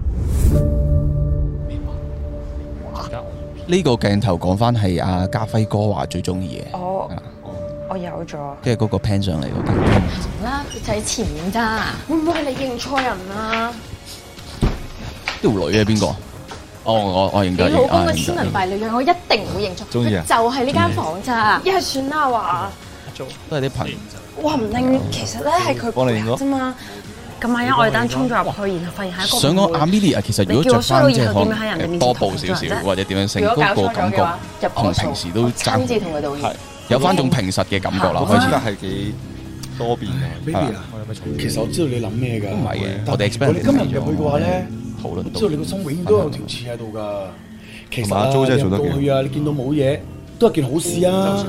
S2: 呢個鏡頭講翻係阿家輝哥話最中意嘅，
S7: 我我有咗。
S2: 即係嗰個 pan 上嚟嗰個。
S8: 啦，佢就喺前面咋。會唔會係你認錯人啊？
S2: 條女係邊個？哦，我我認
S8: 你
S2: 得，
S8: 老公
S2: 啊
S8: 嘅
S2: 認
S8: 斯
S2: 得
S8: 文敗類樣，我一定唔會認錯。
S3: 中意啊
S8: 佢就係呢間房咋。一係算啦，話
S2: 都係啲朋友。
S7: 話唔定其實咧係佢
S3: 幫你影咯
S7: 啫嘛。咁萬一我哋單衝咗入去，然後發現係一個
S2: 想講
S7: 誤會
S2: Amelia 其實如
S7: 你
S2: 果
S7: 叫
S2: 着
S7: 我衰佬
S2: 翻即
S7: 以
S2: 係
S7: 後點樣
S2: 可
S7: 喺人哋
S2: 能
S7: 面前
S2: 多步少
S7: 投訴
S2: 少
S7: 啫
S2: 或者點樣成
S8: 如果搞
S2: 嗰個
S8: 錯咗
S2: 感
S8: 嘅話，
S2: 覺
S8: 入，
S2: 同
S8: 我數
S2: 平時都
S8: 我
S2: 爭
S8: 親
S2: 好
S8: 自同佢道
S3: 係
S8: 歉。
S2: 有翻種平實嘅感覺啦，
S3: 我
S2: 開
S3: 覺
S2: 始
S3: 得係幾多變嘅，
S2: 係
S9: Baby
S2: 啦
S9: 啊，其實我知道你諗咩㗎，
S2: 唔係嘅
S9: 但
S2: 我哋
S9: 如果你
S2: expect
S9: 今日入去嘅話咧，
S2: 討
S9: 我
S2: 論
S9: 知道
S2: 到
S9: 你個心永遠都有條刺喺度㗎。其實
S3: 同埋阿
S9: 啊，
S3: Jo 真
S9: 你
S3: 係
S9: 入
S3: 做得幾好
S9: 到去啊，你見到冇嘢都係件好事啊。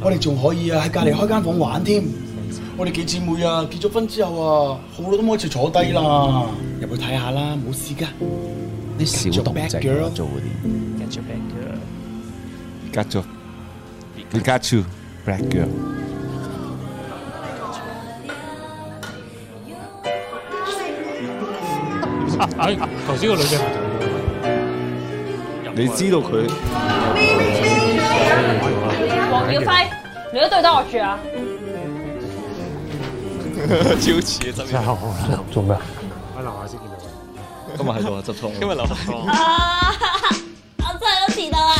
S9: 我哋仲可以啊，喺隔離開間房玩添。我哋幾姊妹啊，結咗婚之後啊，好耐都冇一齊坐低啦。入去睇下啦，冇事㗎。
S2: 啲小動靜啊做嗰啲。
S4: Get your back girl。
S3: 隔咗，你隔住 black girl。
S5: 哎，頭先個女仔唔同喎
S3: 你知道佢
S10: 嗯
S6: 啊黃耀輝，你都對得我住啊！
S7: 嗯
S4: 超似啊！真係
S5: 真係好啦。做
S4: 啊
S5: 咩？喺樓下先見到佢。
S3: 今日喺度啊執
S4: 今日
S3: 湯，
S4: 留翻
S6: 啊！我真係都遲到啦！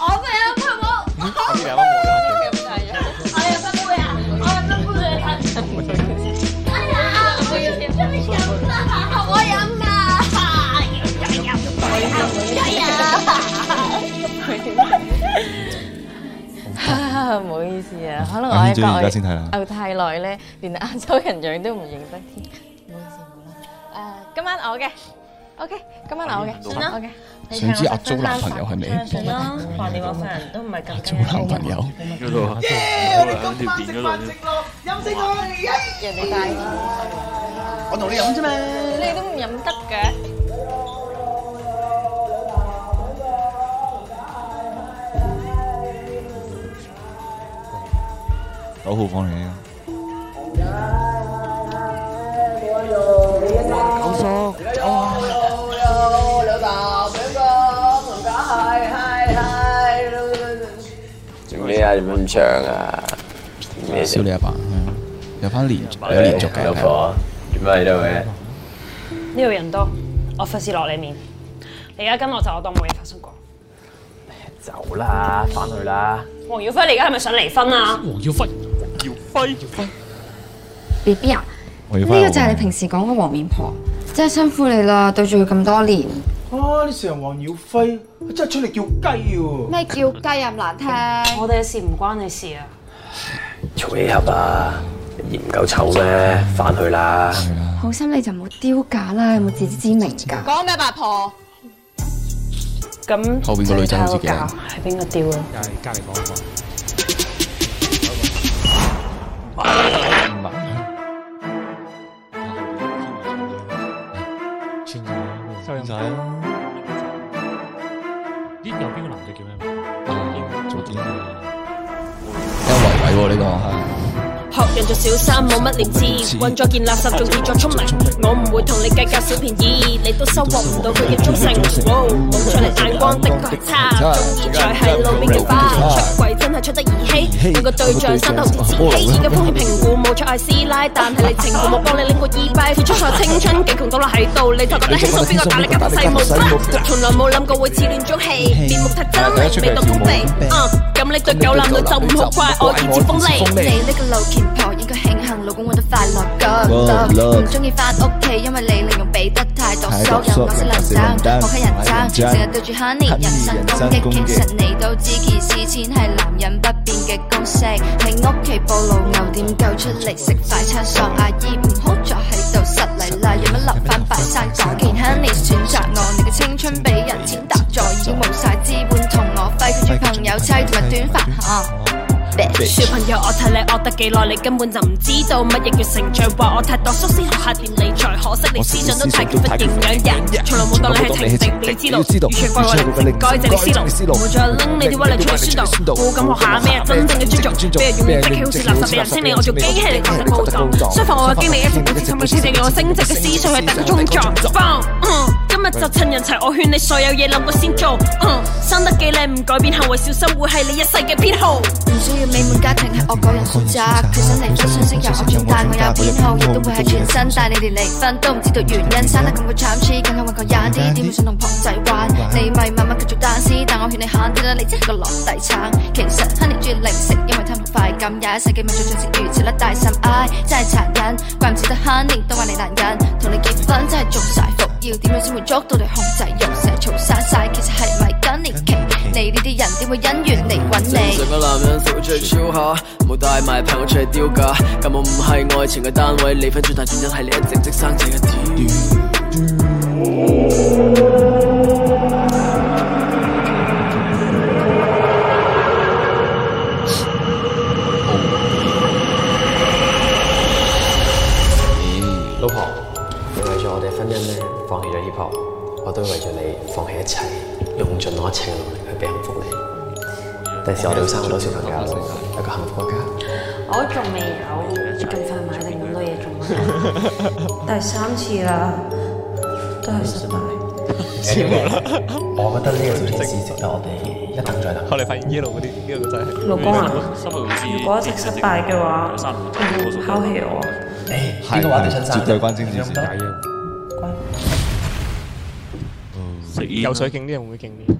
S6: 我咪有佢冇，我
S4: 今日有乜冇啦？
S6: 我有分杯啊！我有分杯啊！哎呀！我要飲啊！我飲啊！
S8: 啊唔好意思啊，可能我
S3: 眼
S8: 喺
S3: 睛
S8: 國
S3: 而家先睇
S8: 外
S3: 啦
S8: 拗太耐咧，連亞洲人樣都唔認得添。唔好意思，唔好啦。誒，今晚我嘅，OK，今晚我嘅，算啦，OK。
S2: 想知阿 Jo 男朋友係咩？
S7: 算啦，話你嗰份人都唔係咁
S2: 做男朋友，
S1: 嗰度啊，喺條片嗰度。
S8: 人哋帶我，
S9: 我同你飲啫嘛。
S8: 你都唔飲得嘅。
S3: 九號房嚟嘅。
S10: 做咩啊？做咩咁唱啊？咩
S2: 少
S10: 事？
S2: 你阿爸，係啊有翻連有連續
S10: 老
S2: 嘅。係啊
S10: 婆，做咩喺度嘅？
S7: 呢度人多，我費事落你面。你而家跟我就我當冇嘢發生過。
S10: 走啦，翻去啦。
S7: 黃耀輝，你而家係咪想離婚啊？
S8: B B 啊，
S3: 我要
S8: 呢
S3: 翻
S8: 個就係你平時講嘅黃面婆，真係辛苦你啦，對住佢咁多年。
S9: 啊！你成日黃耀輝，真係出嚟叫雞喎。
S8: 咩叫雞咁難聽？
S7: 我哋嘅事唔關你事啊。
S10: 曹喜合啊，嫌唔夠醜咩？翻去啦。
S8: 好心你就唔好丟架啦，有冇自知之明㗎？講咩八婆？
S7: 咁
S2: 後邊個女仔好似幾
S7: 最
S2: 靚
S7: 後個價係邊個掉啊？
S5: 又係隔離房嗰個。穿晒啦，
S4: 收音
S3: 晒啦，
S5: 呢右邊個男仔叫咩名？
S3: 啊，早啲啦。
S2: 有維維喎呢個，
S6: 學人做小三冇乜廉恥，混咗件垃圾仲自作聰明。我唔會同你計較小便宜，你都收穫唔到佢嘅忠誠。哇望出你眼光的確係差，中意再係路面叫花，出軌真係出得兒戲，對個對象生得好似自己。而家風險評估冇出嗌師奶，但係你情婦冇幫你拎過衣擺，付出咗青春幾窮到落喺度，你就覺得輕鬆邊個大力咁多細務？從來冇諗過會自亂中氣，面目太猙獰，味道通鼻。嗯，咁你對狗男女就唔好怪我意志鋒利。
S8: 你呢個老虔婆應該慶幸老公揾得快樂咁多，唔中意翻屋企，因為你利用俾得太多，收人我死能爭，我乞人憎，成日對住 honey 人身攻擊，其實你都知件事先係男人不變嘅公式，喺屋企暴露牛點夠出嚟食快餐，喪阿姨唔好再喺度失禮啦。晒，有乜立反白晒咗？其他你選擇我，你嘅青春俾人踐踏咗，已經冇晒資本同我揮，佢做朋友妻同埋短髮啊！
S6: 小朋友，我睇你惡得幾耐，你根本就唔知道乜嘢叫成長。話我太度縮先學下點理財，可惜你思想都太缺乏營養人，從來冇當你係情敵，你知道，完全怪我哋唔該謝你思路，冇再拎你啲歪嚟出去宣導，冇咁學下咩真正嘅尊重，咩用完即棄好似垃圾俾人清理，我做機器你覺得冇當。相反，我嘅經理一直保持充滿挑戰，我升值嘅思想去突衝撞。嗯今日就趁人齊，我勸你所有嘢諗過先做。生得幾靚唔改變行為，小心會係你一世嘅偏好。
S8: 唔需要美滿家庭係我個人選擇，佢想離婚信息由我轉達，我有偏好，亦都會係全身帶你哋離婚，都唔知道原因，生得咁鬼慘痴，梗係揾個廿啲，點會想同龐仔玩？你咪慢慢繼續單思，但我勸你慳啲啦，你真係個落底橙。其實 honey 中意零食，因為貪圖快感，廿一世紀咪最盡是如此啦，大心唉，真係殘忍，怪唔之得 honey 都話你男人，同你結婚真係中晒伏，要點樣先會捉到你控制欲，成日嘈散晒，其實係咪緊你奇？你呢啲人點會因緣嚟揾你？
S11: 成個男人就會出去超下，唔好帶埋朋友出去丟架。咁我唔係愛情嘅單位，離婚最大原因係你一直即生仔嘅屌。
S10: 老婆，你為咗我哋婚姻咧，放棄咗 hip hop，我都為咗你放棄一切，用盡我一切嘅努力去俾幸福你。第時我哋會生好多小朋友，有個幸福嘅家。
S7: 我仲未有，咁快買定咁多嘢做乜？第三次啦，都係啊失敗。
S10: 我覺得呢個小天使值得我哋一等再等。
S4: 我哋發現 yellow 嗰啲呢個真係
S7: 老公啊，
S4: Ừ,
S7: 如果一直失敗嘅話，你會拋棄我？
S3: 係絕對關精子事。
S4: 游水勁啲人會勁啲，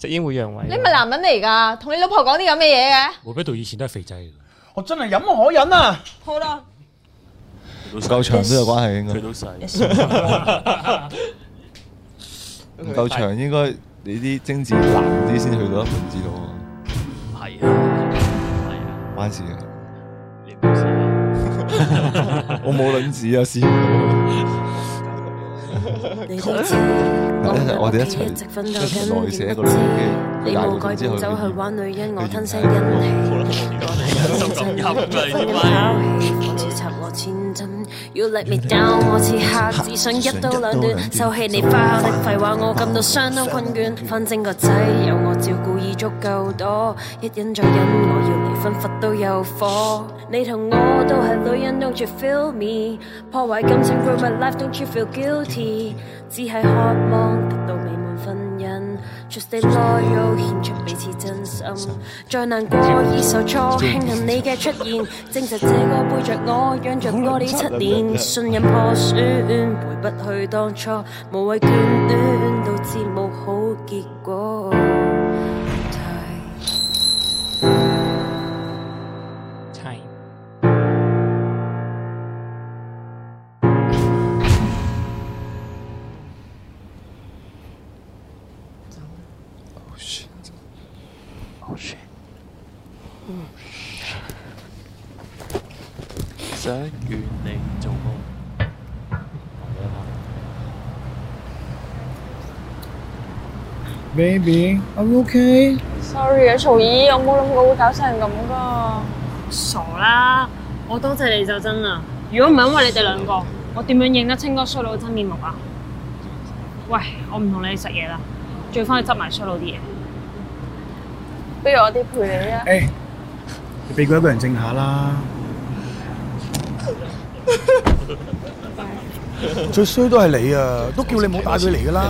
S4: 食煙會陽痿。
S12: 你咪男人嚟㗎，同你老婆講啲咁嘅嘢嘅，
S5: 胡碧道以前都係肥仔嚟嘅。
S9: 我真係忍無可忍啊！
S12: 好啦，
S3: 唔夠長都有關係應該。
S1: 佢都細
S3: 唔夠長應該你啲精子難啲先去到一分子度
S1: 喎。係啊，
S3: 喎，關事嘅。
S1: 你唔知啊
S3: 我冇卵子啊，師
S6: 我
S3: 我哋一齊
S6: 一直奮鬥
S3: 一齊
S6: 緊
S3: 內射一個女機，
S6: 你
S3: 佢大
S6: 冇
S3: 個
S6: 改
S3: 咗之
S6: 變
S3: 後
S6: 走
S3: 佢
S6: 去
S3: 變
S6: 玩女人，我吞聲忍氣。好似插我千針，You let me down，我似下只想一刀兩斷，收起你花巧的廢話，我感到相當困倦。反正個仔有我照顧已足夠多，一忍再忍，我要離婚，佛都有火。你同我都係女人，Don't you feel me？破壞感情 ruin my life，Don't you feel guilty？只係渴望得到美滿婚姻，Just stay loyal，獻出彼此真心。再難過已受挫，慶幸你嘅出現，證實這個背着我養着我呢七年，信任破損，
S7: 嗯
S6: 回不去當初，無謂眷戀，導致冇好結果。
S1: 想願你做夢，
S9: Baby，are you okay？
S12: Sorry 啊，曹姨，我冇諗過會搞成咁噶。
S7: 傻啦！我多謝 你就真啦。如果唔係因為你哋兩個，我點樣認得清嗰衰佬真面目啊？喂，我唔同你食嘢啦，最翻去執埋衰佬啲嘢。
S12: 不如我哋陪你啊。
S7: 哎
S9: 誒，你俾佢一個人靜下啦。最衰都係你啊，都叫你唔好帶佢嚟噶啦。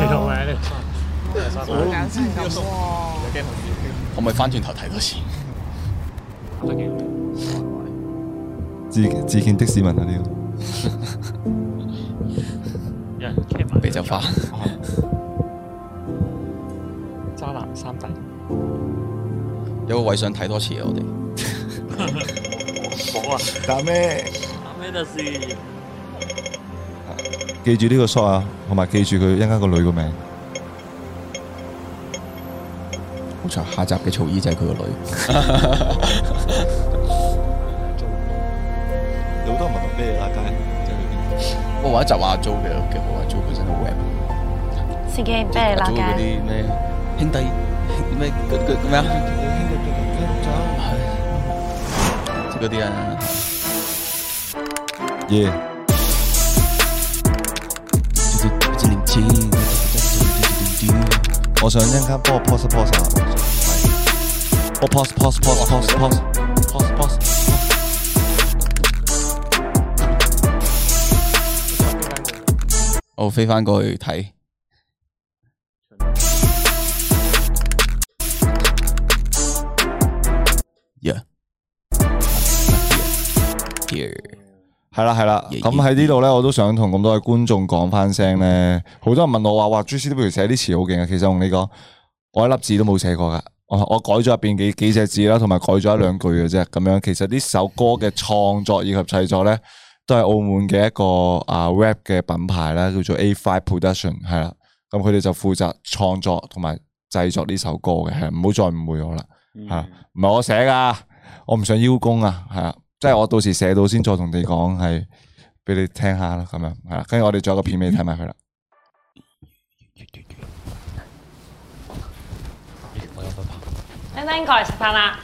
S2: 可唔可以翻轉頭睇多次？
S3: 自自建的市民啊呢個。
S1: 有人 cap 埋。
S2: 俾就花，
S4: 渣男三弟，
S2: 有個位想睇多次啊！我哋
S1: 好啊，
S3: 打咩？
S1: 打咩得先？
S3: 記住呢個 shot 啊，同埋記住佢一陣間個女個名。
S2: 冇錯，下集嘅曹姨就係佢個女。
S3: 有好多人問我咩拉街，即係佢邊
S2: 我話一集阿 Jo 嘅幾好啊，Jo 本身好 rap，
S13: 自己啤
S2: 阿
S13: 啦
S2: Jo 啊
S13: 嘅，
S2: 嗰啲咩兄弟咩嗰嗰嗰咩啊，即係嗰啲啊。
S3: 耶！我想一陣間幫我 pause 一 pause 啊，我 pause pause pause pause pause pause pause。
S2: 我飛翻過去睇。Yeah. Here.
S3: 系啦系啦，咁喺呢度咧，我都想同咁多位觀眾講翻聲咧。好多人問我話：，哇，朱師不如寫啲詞好勁啊！其實我同你講，我一粒字都冇寫過噶，我我改咗入邊幾幾隻字啦，同埋改咗一兩句嘅啫。咁樣其實呢首歌嘅創作以及製作咧，都係澳門嘅一個啊 rap 嘅品牌啦，叫做 A Five Production 係啦。咁佢哋就負責創作同埋製作呢首歌嘅，係啦唔好再誤會我啦，係啦唔係我寫噶，我唔想邀功啊，係啊，即係我到時寫到先再同你講，係俾你聽下啦，咁樣係啦，跟住我哋仲有個片尾睇埋佢啦。
S7: 丁丁過嚟食飯啦，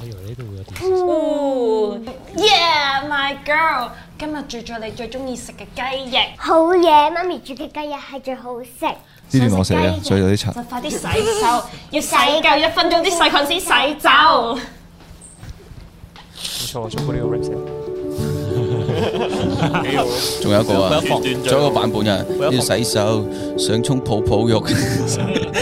S5: 我以為呢度會有電視。
S7: 哦，Yeah，my girl，今日煮咗你最中意食嘅雞翼，
S14: 好嘢，媽咪煮嘅雞翼係最好食。
S3: 呢段我寫嘅，所以有啲
S7: 就
S3: 柒。
S7: 快啲洗手，要洗夠一分鐘啲細菌先洗走。
S4: 錯，中呢個 rap
S2: 仲有一個啊，
S4: 斷
S2: 仲
S4: 斷
S2: 有
S4: 續
S2: 一個版本啊，要洗手，想沖泡泡浴，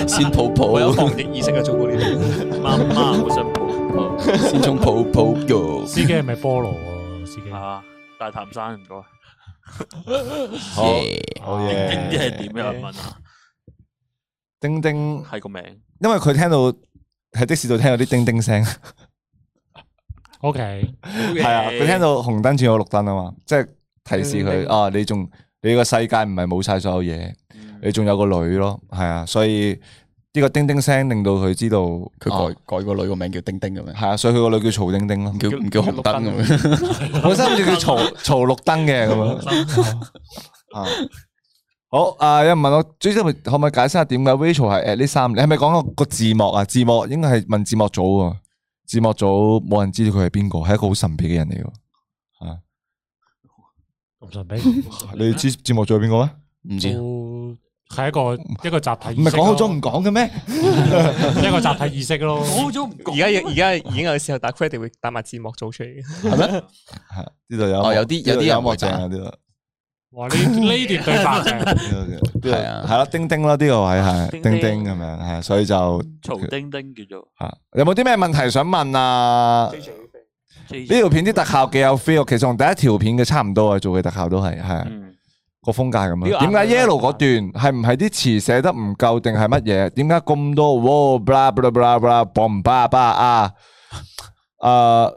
S2: 先泡泡，有
S4: 防疫意識啊，做嗰啲媽媽好想
S1: Ờ.
S4: 抱
S2: 先沖泡泡浴。
S5: 司機係咪菠蘿啊？司機
S1: 啊，大潭山唔該。
S3: 好好嘢
S1: 丁丁係點有人問啊？
S3: 叮叮
S1: 係個名。
S3: 因為佢聽到喺的士度聽到啲叮叮聲，
S5: O K，
S3: 係啊，佢聽到紅燈轉咗綠燈啊嘛，即係提示
S5: 叮
S3: 佢
S5: 叮
S3: 啊，你仲你個世界唔係冇晒所有嘢，你仲有個女咯，係啊，所以呢個叮叮聲令到佢知道佢
S2: 改改個女個名叫叮叮咁樣，
S3: 係啊，所以佢個女叫曹叮叮咯，
S2: 叫唔叫紅燈咁樣
S3: 本身諗住叫曹曹綠燈嘅咁樣。啊，好啊！有人問我，最可唔可以解釋下點解 Rachel 係 at 呢三年？你係咪講個個字幕啊？字幕應該係問字幕組啊，字幕組冇人知道佢係邊個，係一個好神秘嘅人嚟嘅。啊，
S5: 咁神秘，
S3: 你知字幕組係邊個咩？
S2: 唔
S5: 知係一個一個集體
S3: 唔係講好咗唔講 嘅咩？
S5: 一個集體意識咯。
S4: 講咗唔而家而家已經有時候打 credit 會打埋字幕組出嚟嘅，
S3: 係咩？呢度有
S2: 哦有啲有啲人
S3: 有幕
S2: 會
S3: 正
S2: 打
S3: 啊，呢度
S5: 哇！呢呢段對白 正，
S3: 係啊，係啦，叮叮啦，呢個位係
S1: 叮
S3: 叮
S1: 叮
S3: 叮咁樣，係啊所以就
S1: 曹丁丁叫做
S3: 啊，有冇啲咩問題想問啊？呢條片啲特效幾有 feel，其實同第一條片嘅差唔多啊，做嘅特效都係係啊
S2: 嗯
S3: 個風格係咁樣。
S1: 呢
S3: 點
S1: 個
S3: 解 yellow 嗰段係唔係啲詞寫得唔夠定係乜嘢？點解咁多哇 blah blah blah blah boom ba ba 啊？誒，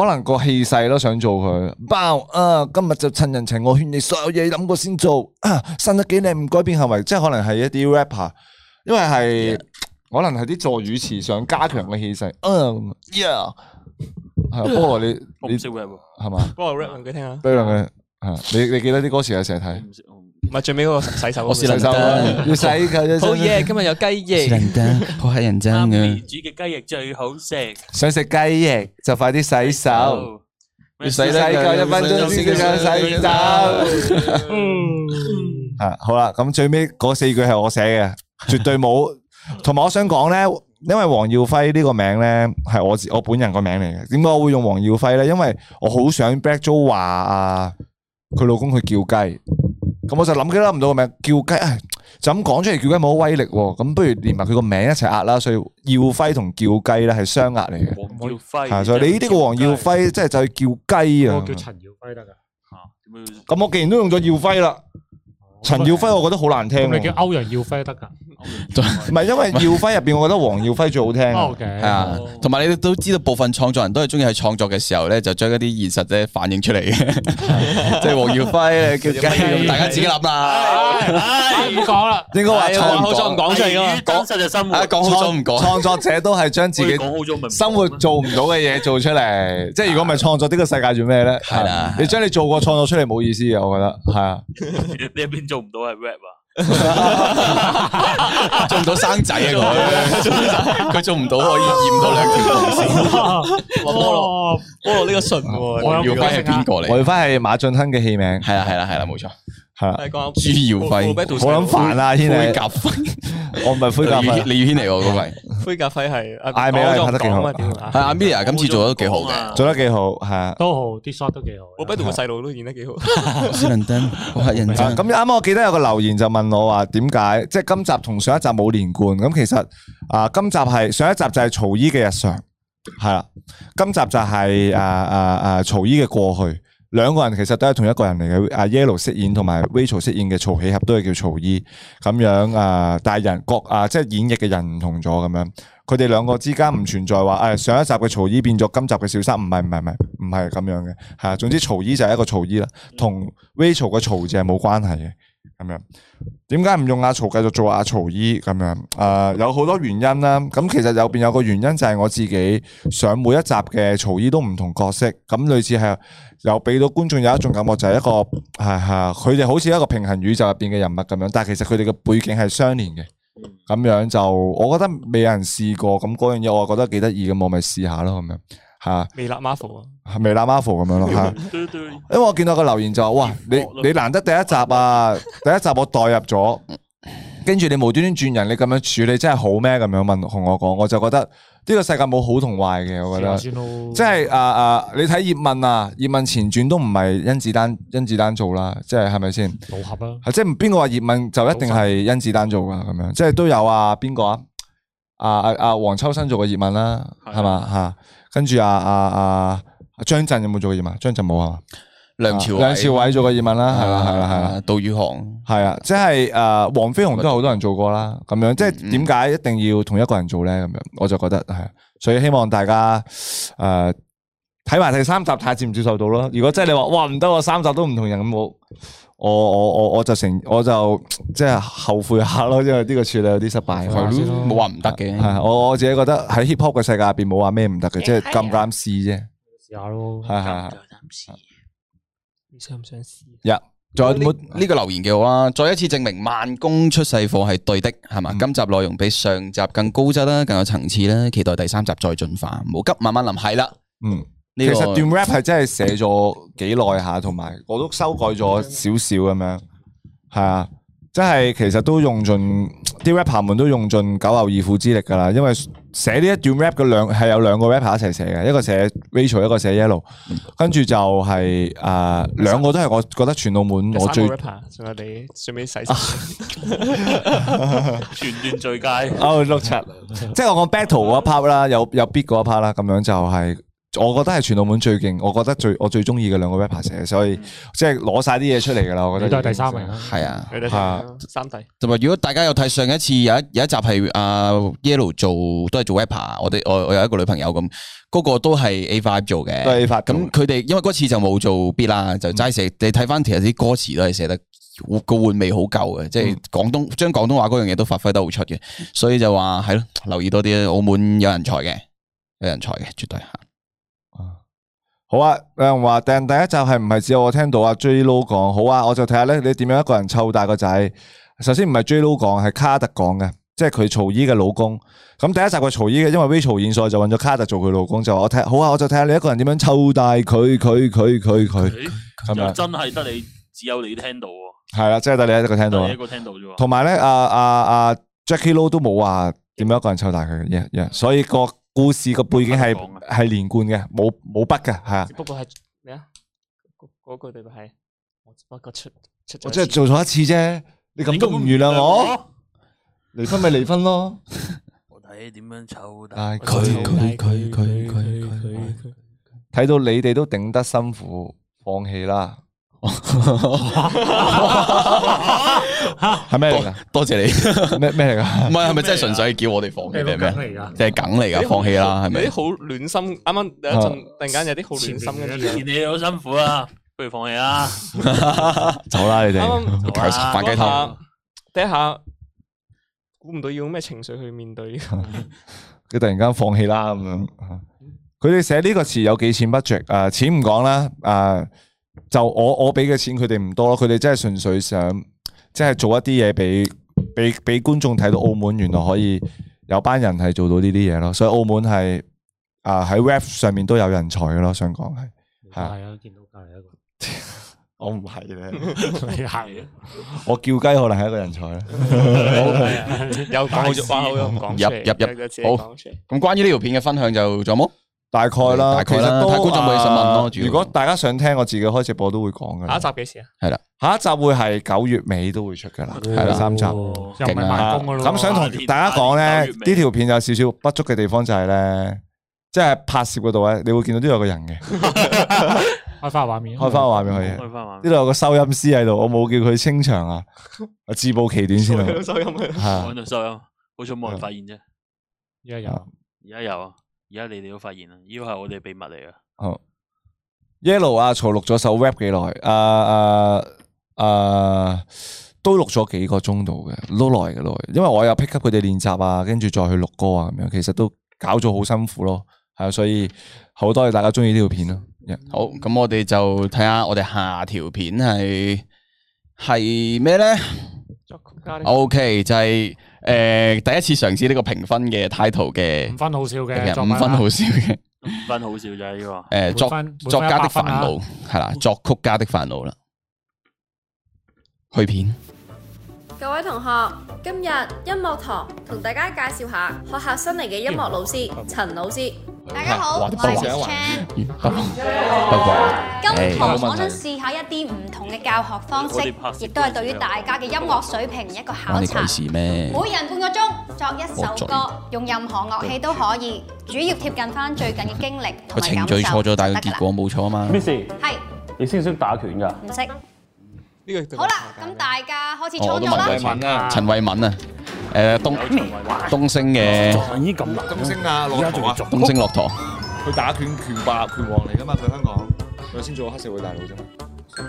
S3: 可能個氣勢咯，想做佢包啊！今日就趁人情，我勸你所有嘢諗過先做啊！生得幾靚唔改變行為，即係可能係一啲 rapper，因為係可能係啲助語詞想加強嘅氣勢。嗯，yeah，係啊菠蘿你
S1: 我
S3: 你
S1: 唔識 rap 喎
S3: 係嘛？
S4: 幫我 rap 兩句聽下。
S3: 俾兩佢啊！你你記得啲歌詞啊？成日睇。
S4: 唔係最尾嗰個洗手嗰個，
S3: 我是能得要洗佢
S4: 好嘢，今日有雞翼。
S2: 好乞人憎嘅。
S1: 煮嘅雞翼最好食。
S3: 想食雞翼就快啲洗手，
S1: 要
S2: 洗得
S3: 夠
S2: 夠
S3: 一分鐘先夠洗手。
S1: Ừ.
S3: 啊，好啦，咁最尾嗰四句係我寫 嘅，絕對冇。同埋我想講咧，因為黃耀輝呢個名咧係我自我本人個名嚟嘅。點解我會用黃耀輝咧？因為我好想 Black Joe 話啊，佢老公去叫雞，咁我就諗佢啦，唔到個名叫雞，唉就咁講出嚟叫雞冇威力喎。咁不如連埋佢個名一齊壓啦，所以耀輝同叫雞咧係雙壓嚟嘅。
S1: 黃耀輝
S3: 係啊所以你呢啲個黃耀輝真係就係叫雞啊！
S5: 叫陳耀輝得噶。
S3: 咁我既然都用咗耀輝啦，陳耀輝我覺得好難聽
S5: 咁
S3: 喎。
S5: 你叫歐陽耀輝得噶？
S3: 唔係因為耀輝入邊，我覺得黃耀輝最好聽啊。
S2: 系啊，同埋你都知道部分創作人都係中意喺創作嘅時候咧，就將一啲現實咧反映出嚟 嘅，即係黃耀輝叫雞，大家自己諗啦。
S5: 唔講啦，
S2: 應該話
S1: 啊
S2: 創作
S1: 講實就生
S3: 啊
S1: 活，
S2: 講好咗唔講。
S3: 創作者都係將自己
S1: 講好咗咪
S3: 生活做唔到嘅嘢做出嚟，即係如果唔係創作呢個世界做咩咧？係啦，你將你做過創作出嚟冇意思嘅，我覺得係啊。
S1: 你入邊做唔到係 rap 啊？
S2: 做唔到生仔啊 佢，佢做唔到可以驗到兩條紅 線。菠蘿，菠蘿呢個信喎，
S3: 我
S2: 耀輝係邊個嚟？
S3: 我耀輝係馬俊亨嘅戲名。
S2: 係啦係啦係啦，冇錯。
S3: 係啦，
S2: 朱耀輝，
S3: 好諗煩啊，軒
S2: 灰
S3: 你
S2: 甲輝，
S3: 我唔係灰甲輝，
S2: 李宇軒嚟喎嗰位。
S4: 灰甲輝係啊
S3: 艾美
S4: 講
S3: 係
S4: 咗
S3: 拍得幾
S4: 唔
S3: 好，
S4: 講啊屌
S2: 係阿 Mia 今次做得都幾好嘅，
S3: 做得幾好，係啊。
S5: 都好，啲 shot 都幾好。
S4: 我俾到個細路都演得幾好。
S2: 斯倫登，我係人
S3: 啊咁啱啱我記得有個留言就問我話點解即係今集同上一集冇連貫？咁其實啊，今集係上一集就係曹姨嘅日常，係啦，今集就係啊啊啊曹姨嘅過去。兩個人其實都係同一個人嚟嘅，阿 à, Yellow 飾演同埋 Rachel 飾演嘅曹喜合都係叫曹姨咁樣啊，但係人各啊即係演繹嘅人唔同咗咁樣，佢哋兩個之間唔存在話誒、哎上一集嘅曹姨變咗今集嘅小三，唔係唔係唔係唔係咁樣嘅，係啊，總之曹姨就係一個曹姨啦，同 Rachel 嘅曹字係冇關係嘅咁樣。點解唔用阿曹繼續做阿曹姨咁樣？誒、啊有好多原因啦。咁其實入邊有個原因就係我自己上每一集嘅曹姨都唔同角色，咁類似係有俾到觀眾有一種感覺，就係一個係係佢哋好似一個平行宇宙入邊嘅人物咁樣，但係其實佢哋嘅背景係相連嘅。咁樣就我覺得未有人試過，咁嗰樣嘢我覺得幾得意咁，我咪試下咯咁樣嚇。
S4: 微辣 Marvel 啊，
S3: 係微辣 Marvel 咁樣咯嚇。因為我見到個留言就話：，哇，你你難得第一集啊，第一集我代入咗，跟住你無端端轉人，你咁樣處理真係好咩？咁樣問同我講，我就覺得呢個世界冇好同壞嘅，我覺得，
S5: 試下先咯
S3: 即係啊啊，你睇葉問啊，葉問前傳都唔係甄子丹甄子丹做啦，即係係咪先？
S5: 組合啦，
S3: 係即係邊個話葉問就一定係甄子丹做噶咁樣，即係都有啊邊個啊？啊啊啊黃秋生做過葉問啦，係嘛吓？跟住啊啊啊張震有冇做過葉問？張震冇係啊嘛？
S2: 梁朝偉
S3: 梁朝偉做過葉問啦，係啦
S2: 啊
S3: 係啦係啦，
S2: 杜宇航
S3: 係啊，即係诶黃飛鴻都有好多人做過啦，咁
S2: 嗯
S3: 樣即係點解一定要同一個人做咧？咁樣我就覺得係，啊所以希望大家诶睇埋第三集睇下接唔接受到咯。如果真係你話哇唔得，我三集都唔同人咁我。我我我我就成我就即係後悔下咯，因為呢個處理有啲失敗。
S2: 係咯冇話唔得嘅
S3: 係我我自己覺得喺 hip hop 嘅世界入邊冇話咩唔得嘅，即係敢唔敢試啫。
S5: 試下咯。
S3: 係係係。
S4: 你想唔想試？
S3: 呀，
S2: 仲有冇呢個留言嘅好啦？再一次證明慢工出細貨係對的，係嘛？今集內容比上集更高質啦，更有層次啦，期待第三集再進化，唔好急，慢慢諗。係啦，
S3: 嗯，
S2: 呢
S3: 其
S2: 個
S3: 實段 rap 係真係寫咗幾耐下，同埋我都修改咗少少咁樣，係啊，即係其實都用盡啲 rapper 們都用盡九牛二虎之力㗎啦，因為寫呢一段 rap 嘅兩係有兩個 rapper 一齊寫嘅，一個寫 Rachel，一個寫 Yellow，跟住就係、誒、兩個都係我覺得全澳門我
S4: 三
S3: 最
S4: 個 rapper，仲有你最尾 洗
S1: 全段最佳。
S3: 哦，六七，即係我講 battle 嗰一 part 啦，有有 beat 嗰一 part 啦，咁樣就係、我覺得係全澳門最勁，我覺得最我最中意嘅兩個 rapper 寫，所以即係攞晒啲嘢出嚟㗎啦，我覺得
S5: 你都係第三名啦
S2: 係啊，
S4: 你哋
S3: 啊
S4: 三弟
S2: 同埋如果大家有睇上一次有一有一集係阿 Yellow 做都係做 rapper，我哋我我有一個女朋友咁，嗰、個都係 A Five 做嘅，
S3: 都係 A5 做嗯
S2: 咁佢哋因為嗰次就冇做 B 啦，就齋寫。你睇翻其實啲歌詞都係寫得個換味好夠嘅，即
S3: 嗯
S2: 係廣東將廣東話嗰樣嘢都發揮得好出嘅，所以就話係咯，留意多啲啊澳門有人才嘅，有人才嘅絕對嚇。
S3: 好啊，有人話訂第一集係唔係只有我聽到啊 J Lo 講好啊，我就睇下咧你點樣一個人湊大個仔。首先唔係 J Lo 講，係卡特講嘅，即係佢曹姨嘅老公。咁第一集佢曹姨嘅，因為 Rachel 現在就揾咗卡特做佢老公，就話我睇好啊，我就睇下你一個人點樣湊大佢佢佢佢佢咁
S1: 就
S3: 樣。
S1: 真係得你，只有你聽到喎，
S3: 系啦，即係得你一個聽到啊
S1: 得你一個聽到啫喎
S3: 同埋咧，阿阿阿 Jackie Lou 都冇話點樣一個人湊大佢嘅，yeah, yeah，所以個故事個背景係
S1: 啊
S3: 系連貫嘅，冇冇筆嘅，係啊
S4: 只。不過係咩啊？嗰嗰句對白係我只不過出出咗
S3: 我
S4: 一
S3: 即
S4: 次，
S3: 係做咗一次啫，你咁都唔原諒我，離婚咪離婚 咯。
S1: 我睇點樣湊大
S3: 但係佢佢佢 佢佢佢，睇到你哋都頂得辛苦，放棄啦。
S2: 系咩嚟噶？多谢你。
S3: 咩咩嚟噶？
S2: 唔系，系咪真系纯粹叫我哋放弃定係咩？啊即系梗嚟噶，放弃啦，系咪
S4: 有啲？好暖心，啱啱有一陣突然間有啲好暖心跟住
S1: 前你好辛苦啊，不如放棄 啦。
S2: 走啦，你哋
S4: 啱啱
S2: 搞反鸡汤。
S4: 第一下估唔到要用咩情緒去面 對。。
S3: 佢突然間放棄啦咁樣。啊佢哋寫呢個詞有幾錢 budget？诶、錢唔講啦，诶、就我我俾嘅錢佢哋唔多咯，佢哋真係純粹想即係做一啲嘢俾俾俾观众睇到澳門原來可以有班人係做到呢啲嘢咯，所以澳門係啊喺 rap 上面都有人才嘅咯，想講係
S5: 系啊，見到隔離一個，
S3: 我唔係咧，
S5: 你係啊，
S3: 我叫雞可能係一個人才 啦
S2: 啊
S5: 啊
S4: 有講好咗哇好有講出
S2: 入
S4: 嚟
S2: 入
S4: 有有自己
S2: 入，
S4: 講
S2: 好
S4: 出嚟。
S2: 咁關於呢條片嘅分享就仲有冇？
S3: 大概啦，
S2: 大概啦
S3: 其實都
S2: 睇觀眾有冇嘢想問咯
S3: 啊
S2: 主要
S3: 如果大家想聽我自己開直播都會講噶。
S4: 下一集幾時啊？
S2: 系啦，
S3: 下一集會係九月尾都會出噶啦，係啦三
S2: 啊
S3: 集。
S5: 又唔係賣工噶咯。
S3: 咁想同大家講咧，呢條片有少少不足嘅地方就係咧，即係拍攝嗰度咧，啊你會見到都有個人嘅，
S5: 開翻畫面，啊
S3: 開翻個畫面可以。
S5: 嗯開返畫
S3: 呢度有個收音師喺度，我冇叫佢清場啊，我自暴其短 先啊。
S1: 收音
S3: 係
S1: 啊，
S3: 啊
S1: 喺度收音，好彩冇人發現啫。
S5: 而家有，
S1: 而家有啊，而家你哋都發現啦，呢個係我哋秘密嚟噶。
S3: 好，Yellow 啊，曹錄咗首 rap 幾耐？啊啊啊，都錄咗幾個鐘度嘅，都耐嘅耐。因為我有 pick up 佢哋練習啊，跟住再去錄歌啊，咁樣其實都搞咗好辛苦咯。係啊，所以好多謝大家中意呢條片咯。
S2: 嗯好，咁我哋就睇下我哋下條片係係咩咧？O K，就係呃第一次嘗試呢個評分嘅 title 嘅
S5: 五分好笑嘅
S2: 嘅
S5: 作
S2: 五
S5: 品啊
S2: 分好笑嘅
S1: 五分好笑就係呢個。
S2: 诶作
S5: 滿分
S2: 作家的
S5: 滿分
S2: 煩
S5: 一百分啊
S2: 惱係啦，作曲家的煩惱啦。去片
S15: 各位同學，今日音樂堂同大家介紹下學校新嚟嘅音樂老師陳老師。大
S2: 家好哇我係 Miss 不過不過
S13: 今堂我想
S2: 誒
S13: 試下一啲唔同嘅教學方
S2: 我
S13: 式
S2: 哋拍攝，
S13: 亦都係對於大家嘅音樂水平一個考
S2: 關你
S13: 察
S2: 鬼。事咩？
S13: 每人半個鐘作一首歌，用任何樂器都可以，主要貼近翻最近嘅經歷同埋
S2: 個程
S13: 感
S2: 序錯
S13: 受
S2: 咗，
S13: 就
S2: 但係
S13: 得
S2: 個
S13: 㗎
S2: 結
S13: 啦。
S2: 果冇錯啊嘛。
S13: Miss，係
S2: 你識唔識打拳㗎？
S13: 唔識。
S4: 呢個
S13: 好啦，咁大家開始
S2: 哦我
S13: 創
S2: 都
S13: 作啦。
S2: 問過陳慧敏啊，誒東東星嘅咦咁
S3: 東星啊駱駝啊
S2: 東星駱駝
S3: 佢打拳拳霸拳王嚟噶嘛？佢香港
S2: 啊
S3: 佢先做黑社會大佬啫嘛。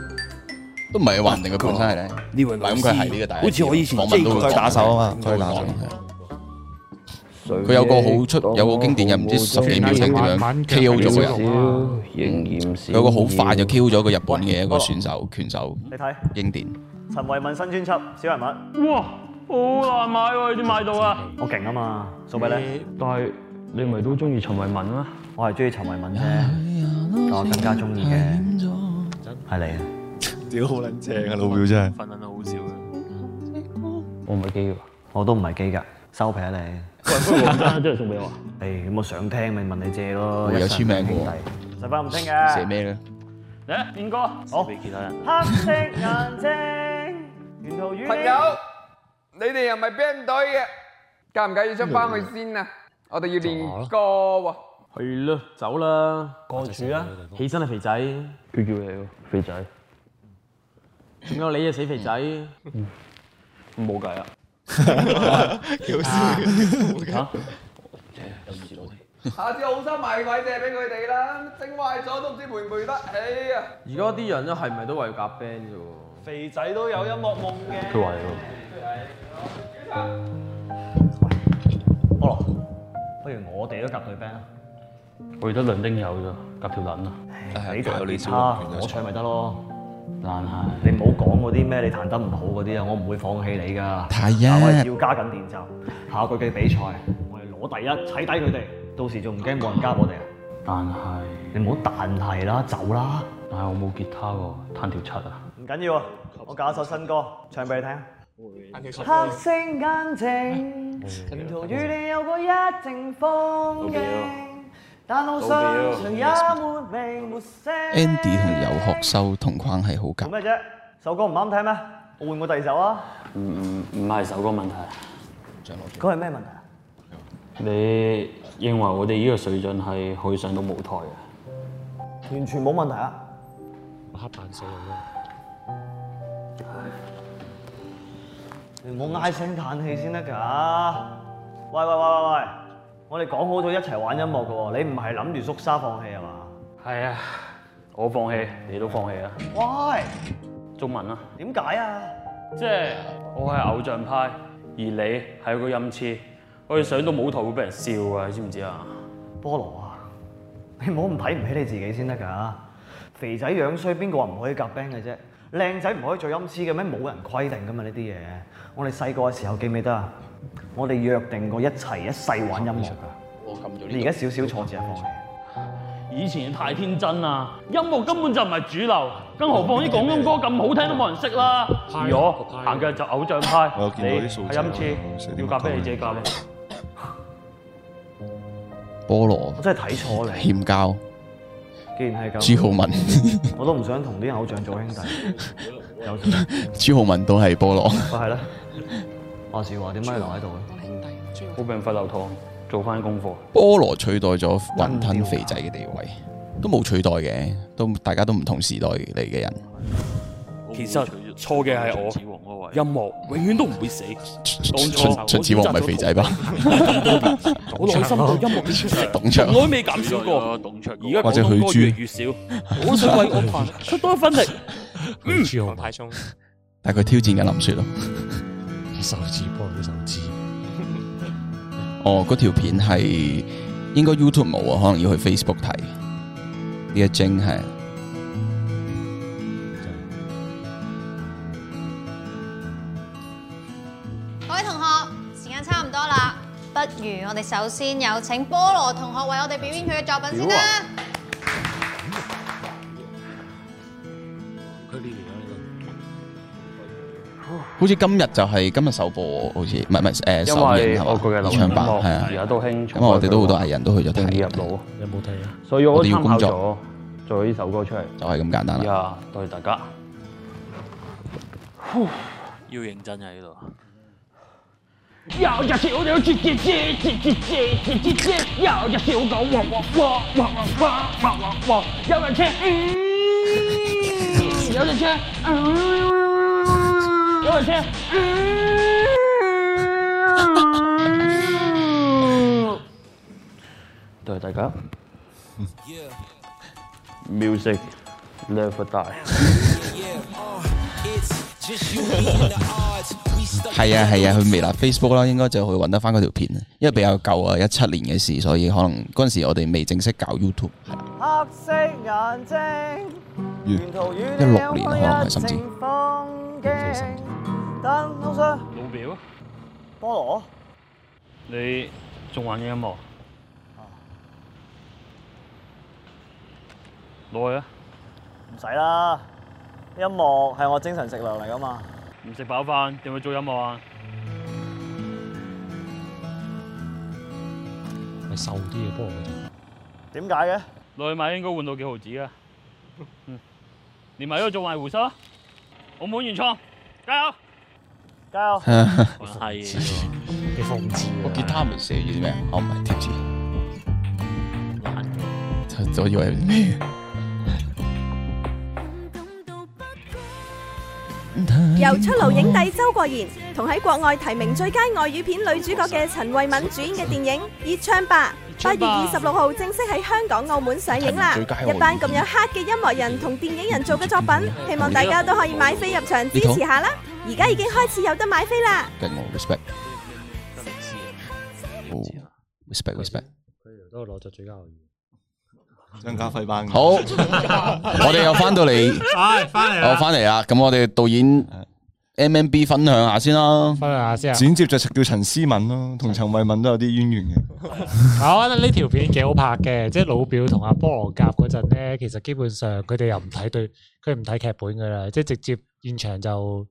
S2: 都唔係話人哋佢本身係咧，呢位咁佢係呢個大
S3: 好
S2: 家知道，
S3: 似我以前
S2: 訪問都會
S3: 佢係打手啊嘛
S2: 佢
S3: 佢係打手
S2: 佢有個好出有個經典又唔知十幾秒定點樣 K.O. 咗個人，佢有個好快就 K.O. 咗個日本嘅一個選手拳手，
S16: 你睇
S2: 經典。
S16: 陳慧敏新專輯《小人物》，
S17: 哇，好難買喎！你點買到啊？
S16: 我勁啊嘛，做咩咧？
S17: 但係你唔係都中意陳慧敏咩？
S16: 我係中意陳慧敏啫，但我更加中意嘅係你啊！
S3: 屌好撚正啊，老表真係。
S1: 瞓得好笑啊！
S16: 我唔係基㗎，我都唔係基㗎，收皮啊你！
S17: 喂不過黃丹真係送俾我啊。
S16: 誒，咁我想聽咪問你借咯，
S2: 會有
S16: 一齊
S2: 簽名
S16: 兄
S2: 嘅
S16: 弟，使翻唔清嘅。
S2: 寫咩咧？
S16: 嚟，邊個？好，俾其他人。
S18: 黑色眼睛，沿途與
S19: 朋友，你哋又唔係 band 隊嘅，介唔介意出翻去先啊？我哋要練歌喎。
S17: 去啦，走啦，過住啦，起身啦，肥仔。佢叫你喎，肥仔。仲有你啊，死肥仔。冇計啊！
S4: 幾好笑
S17: 嚇
S19: 下次好心買位借俾佢哋啦，整壞咗都唔知賠唔賠得起
S16: à.
S19: 啊！
S17: 而家啲人咧係咪都為夾 band 啫喎？
S19: 肥仔都有音樂夢嘅。
S17: 佢話你喎。
S16: 菠蘿，不如我哋都夾對 band 啦。
S17: 我而家兩丁友咋，夾條撚啊！
S16: 你彈吉他，我唱咪得咯。但係你唔好講嗰啲咩，你彈得唔好嗰啲啊，我唔會放棄你㗎。
S2: 係啊
S16: 我係要加緊練習，下個嘅比賽我哋攞第一，踩低佢哋，到時仲唔驚冇人加我哋啊？
S17: 但係
S16: 你唔好但係啦，走啦。
S17: 但係我冇吉他喎，彈條七啊！
S16: 唔緊要啊，我搞一首新歌唱俾你聽。
S18: 黑色眼睛，沿途與你有過一陣風景，但我相信也沒名沒姓。
S2: Andy 同有學修同框係好
S16: 做，
S2: 夾
S16: 咩啫？首歌唔啱聽咩？我換過第二首啊。
S17: 唔唔唔係首歌問題，
S16: 嗰係咩問題啊？
S17: 你認為我哋呢個水準係啊可以上到舞台嘅？
S16: 完全冇問題啊！
S5: 黑扮死人咯，
S18: 你
S16: 唔好唉聲嘆氣先得㗎。喂喂喂喂喂，我哋講好咗一齊玩音樂㗎喎，你唔係諗住縮沙放棄係嘛？
S17: 係啊，我放棄，你都放棄啊。
S16: 喂，
S17: 中文啊，
S16: 點解啊？
S17: 即係我係偶像派，而你係個音痴，我哋上到舞台會俾人笑啊，你知唔知啊？
S16: 菠蘿啊， 你唔好咁睇唔起你自己先得㗎。肥仔樣衰，邊個話唔可以夾 band 嘅啫？靚仔唔可以做音痴嘅咩？冇人規定㗎嘛呢啲嘢。我哋細個嘅時候記唔記得啊？我哋約定過一齊一世玩音樂㗎。你而家少少挫折啊，放棄。
S17: 以前太天真啦，音樂根本就唔係主流，更何況啲廣東歌咁好聽都冇人識啦。
S1: 啊
S17: 而我行嘅就偶像派，
S20: 我有見到
S17: 你
S20: 啲數字啊
S17: 係音痴，要夾俾你自己夾。啊
S2: 菠萝，
S16: 我真係睇錯你
S2: 欠交，
S16: 既然係咁，
S2: 朱浩文，
S16: 我都唔想同啲偶像做兄 弟。有時
S2: 朱浩文都係菠萝。
S16: 喂哦係啦，話時話點解你留喺度咧？
S17: 好病發流堂，做翻功課。
S2: 菠蘿取代咗雲吞肥仔嘅地位，
S17: 嗯
S2: 都冇取代嘅，都大家都唔同時代嚟嘅人。
S1: 其實錯嘅係我，音樂永遠都唔會死。當
S2: 秦秦始皇咪肥仔吧？
S1: 我內心對音樂嘅
S2: 董卓
S1: 從來未減少過。而家
S2: 或
S1: 廣
S2: 者
S1: 東歌越
S2: 許
S1: 嚟越少，我想為我飯出多一分力。 嗯，
S4: 太中
S2: 但係佢挑戰緊林雪咯。
S17: 嗯
S5: 手指幫佢手指，
S2: 哦，嗰條片係應該 YouTube 冇啊，可能要去 Facebook 睇。呢一精係
S13: 各位同學，時間差唔多啦，不如我哋首先有請菠蘿同學為我哋表演佢嘅作品先啦。
S5: 佢呢年啊
S2: 好似今日就係今日首播，好似唔係唔係誒首映係
S17: 我哦佢嘅
S2: 嘛？
S17: 流
S2: 現場版
S17: 音樂
S2: 係啊，
S17: 而家都興
S2: 咁我哋都好多藝人都去咗睇。
S17: 入腦，
S5: 有冇睇啊？
S17: 所以我
S2: 我哋要
S17: 參考
S2: 工
S17: 咗
S2: 作，
S17: 做咗呢首歌出嚟。
S2: 就係咁簡單啦。
S17: 呀，多謝大家。
S1: 要認真啊呢度。
S21: 又一次我哋去接接接接接接接接，又一次我講哇哇哇哇哇哇哇哇哇，有人車，嗯，有人車，嗯，有人車，嗯。
S17: 多謝大家。Music never die。
S2: 係啊係啊，去微辣 Facebook 啦，應該就去揾得翻嗰條片，因為比較舊啊，一七年嘅事，所以可能嗰陣時我哋未正式搞 YouTube，
S18: 黑色眼睛，
S2: 一六年可能係甚至。
S18: 風景，但老實，
S17: 老表啊，
S18: 菠蘿，
S17: 你仲玩緊音樂？攞去啊！
S16: 唔使啦，音樂係我精神食糧嚟㗎嘛。
S17: 唔食飽飯點會做音樂啊？
S5: 咪瘦啲嘅菠蘿就
S17: 點解嘅？落去買應該換到幾毫子啊！嗯，連埋呢個做埋回收啊！澳門原創，加油！
S16: 加油！
S1: 係
S5: 你放置
S2: 個啊吉他咪寫住咩？哦我唔係貼紙，就我以為咩？
S22: 由出爐影帝周國賢同喺國外提名最佳外語片女主角嘅陳慧敏主演嘅電影《熱唱吧》，八月二十六號正式喺香港、澳門上映啦！
S2: 提名最佳外語
S22: 一班咁有黑嘅音樂人同電影人做嘅作品，希望大家都可以買飛入場支持下啦！而家已經開始有得買飛啦！
S2: 跟我 respect，哦 respect respect，
S5: 佢由都攞咗最佳外語。
S20: 張家輝班嘅
S2: 好，我哋又翻到嚟，
S5: 唉翻嚟啦
S2: 我翻嚟啦，咁我哋導演 M M B 分享下先啦，
S5: 分享下先啊
S20: 剪接就叫陳思敏咯，同陳慧敏都有啲淵源嘅。
S5: 嗱，我覺啊得呢條片幾好拍嘅，即係老表同阿菠蘿夾嗰陣咧，其實基本上佢哋又唔睇對，佢唔睇劇本噶啦，即係直接現場就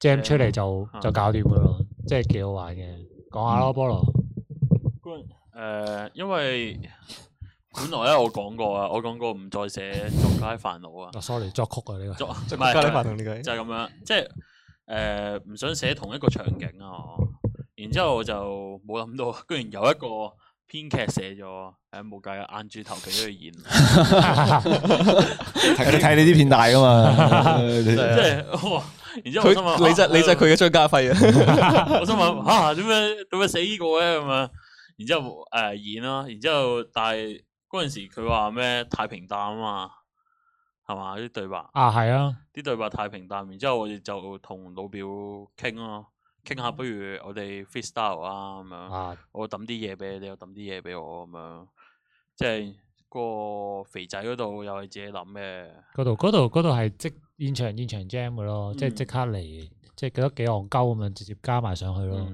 S5: jam 出嚟就就搞掂噶咯，即係幾好玩嘅。講下咯，菠蘿。
S1: 誒、呃因為本來咧我講過啊，我講過唔再寫作家的煩惱啊。
S5: 哦，sorry，作曲啊呢個
S1: 作唔
S5: 作
S1: 係
S5: 家的煩惱呢個
S1: 就係咁樣，即係呃誒唔想寫同一個場景啊。我然之後我就冇諗到，居然有一個編劇寫咗，誒冇計啊，硬住頭皮都要演。
S6: 睇睇你啲片大噶嘛，
S1: 即係哇！然之後我心諗
S2: 佢你就你就係佢嘅張家輝啊！
S1: 我心諗吓點解點解死呢個咧咁啊？然之後誒演啦，然之後但係嗰陣時佢話咩太平淡啊嘛，係嘛啲對白
S5: 啊係啊，
S1: 啲對白太平淡，然之後我哋就同老表傾咯，傾下不如我哋 freestyle 啊咁樣，我抌啲嘢俾你，我抌啲嘢俾我咁樣，即係個肥仔嗰度又係自己諗嘅。
S5: 嗰度嗰度嗰度係即現場現場 jam 嘅咯，即係即刻嚟，即係覺得幾戇鳩咁樣，直接加埋上去咯。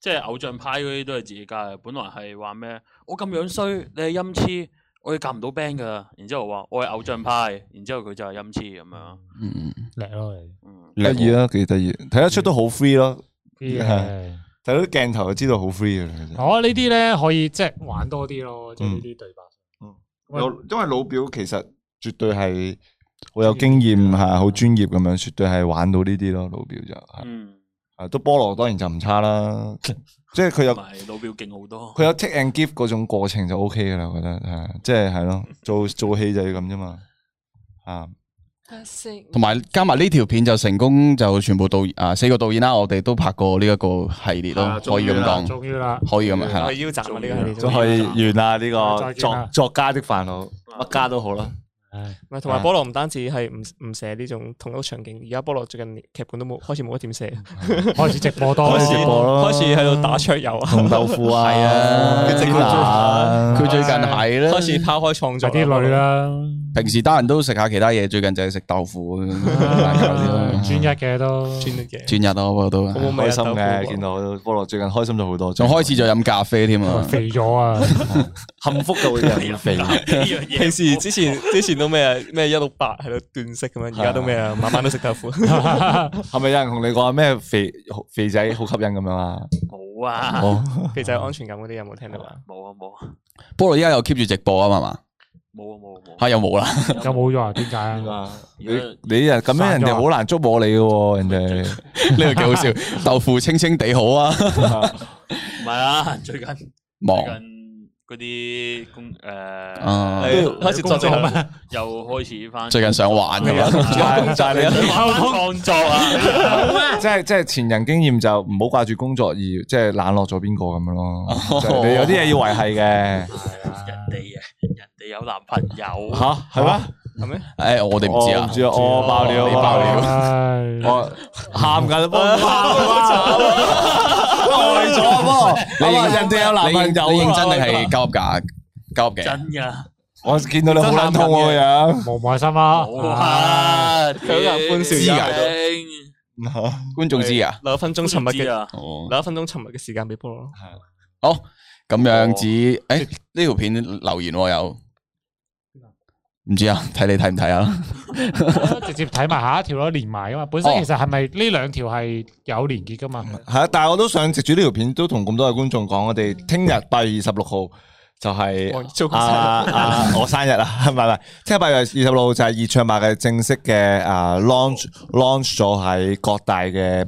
S1: 即係偶像派嗰啲都係自己加嘅。本來係話咩，我咁樣衰，你係陰黐，我哋夾唔到 band 噶。然之後話我係偶像派，然之後佢就係陰黐咁樣。
S2: 嗯，
S5: 叻咯你。
S4: 嗯
S3: 得意啦，幾得意，睇得出都好 free 咯，
S5: free
S3: 係
S5: 嘅
S3: 睇到啲鏡頭就知道好 free 嘅啦。其實
S5: 我啊呢啲咧可以即係玩多啲咯，
S4: 嗯
S5: 即係呢啲對白。喂
S3: 老因為老表其實絕對係好有經驗，係好專業咁樣，絕對係玩到呢啲咯。老表就係
S1: 嗯，
S3: 啊都菠蘿當然就唔差啦，即係佢有
S1: 同埋老表勁好多。
S3: 佢有 take and give 嗰種過程就 OK 噶啦，我覺得係即係係咯，做做戲就要咁啫嘛，啊。
S2: 同埋加埋呢條片就成功就全部導演啊四個導演啦，我哋都拍過呢一個系列
S5: 係啊
S2: 咯，可以咁講，
S5: 終於啦
S2: 可以咁樣係啦
S4: 我。腰斬啊呢個系列
S6: 都可以完啦呢
S4: 再
S6: 個
S4: 見
S6: 作
S4: 啦
S6: 作家的煩惱，乜家都好啦。
S4: 啊唔係同埋菠蘿唔單止係唔唔寫呢種同一個場景，而家菠蘿最近劇本都 冇開始冇乜點寫，開
S5: 始直播多
S4: 開
S5: 啦
S4: 始
S5: 直播啦
S4: 開始喺度打桌遊啊，
S6: 紅豆腐啊
S4: 係啊
S2: 佢直播佢最近係啦，
S4: 開始拋開創作
S5: 啲女啦，
S2: 平時得閒都食下其他嘢，最近就係食豆腐咁樣。
S5: 專一嘅都。
S4: 專一嘅。
S2: 轉日咯，我都
S5: 好冇味啊
S3: 開心
S5: 豆
S3: 嘅，
S5: 腐
S3: 見到菠蘿最近開心咗好多，
S2: 仲開始咗飲咖啡添 啊！
S5: 肥咗啊！
S3: 幸福就會有人肥。
S4: 平時之前之前都咩啊咩一六八喺度斷食咁樣，而家都咩啊晚晚都食 豆 腐。
S3: 係咪有人同你講咩肥肥仔好吸引咁樣啊？
S1: 冇啊
S3: 冇
S4: 其實有安全感嗰啲有冇聽到啊？
S1: 冇啊冇啊
S2: 菠蘿依家有 keep 住直播啊嘛嘛，
S1: 冇啊冇啊冇啊。
S2: 吓又冇啦，
S5: 有冇咗啊？點解
S3: 啊？你啊咁樣，人哋好難捉摸你嘅喎，人哋
S2: 呢個幾好笑， 豆腐清清地好啊，
S1: 唔係啊，最近
S2: 忙
S1: 最近嗰啲工誒
S2: 啊開始作作咩
S1: 又開始翻
S2: 最近想玩啊咁樣
S3: 就係你
S1: 創作啊！
S3: 即係即係前人經驗就唔好掛住工作而即係冷落咗邊個咁樣咯。即係你有啲嘢要維係嘅。
S1: 人哋啊，人哋有男朋友
S3: 吓係咩？
S4: 係咩？
S2: 誒，我哋唔知啊，
S3: 我唔知啊我爆料
S2: 你爆料，
S3: 我喊緊，幫
S6: 呆咗啊菠蘿，
S2: 你認
S6: 人哋有男朋友，
S2: 你認真定係交噶？交嘅
S1: 真噶，
S3: 我見到你好撚痛我個樣，
S5: 冇唔開心啊！
S1: 啊，
S4: 佢有人歡笑
S2: 知㗎觀眾知啊？
S4: 留一分鐘沉默嘅，
S1: 哦
S4: 留一分鐘沉默嘅時間俾菠蘿。
S2: 好，咁樣子，
S3: 哦
S2: 誒呢條片留言喎有，唔知啊，睇你睇唔睇啊？
S5: 直接睇埋下一條咯，連埋噶嘛。本身其實係咪呢兩條係有連結噶嘛？
S3: 係啊！但係我都想藉住呢條片都同咁多位觀眾講，我哋聽日八月二十六號就
S4: 祝
S3: 係
S4: 佢生日
S3: 啊啊我生日啊， 唔係唔係，聽日八月二十六號就係熱唱吧嘅正式嘅啊 launch launch 咗喺各大嘅。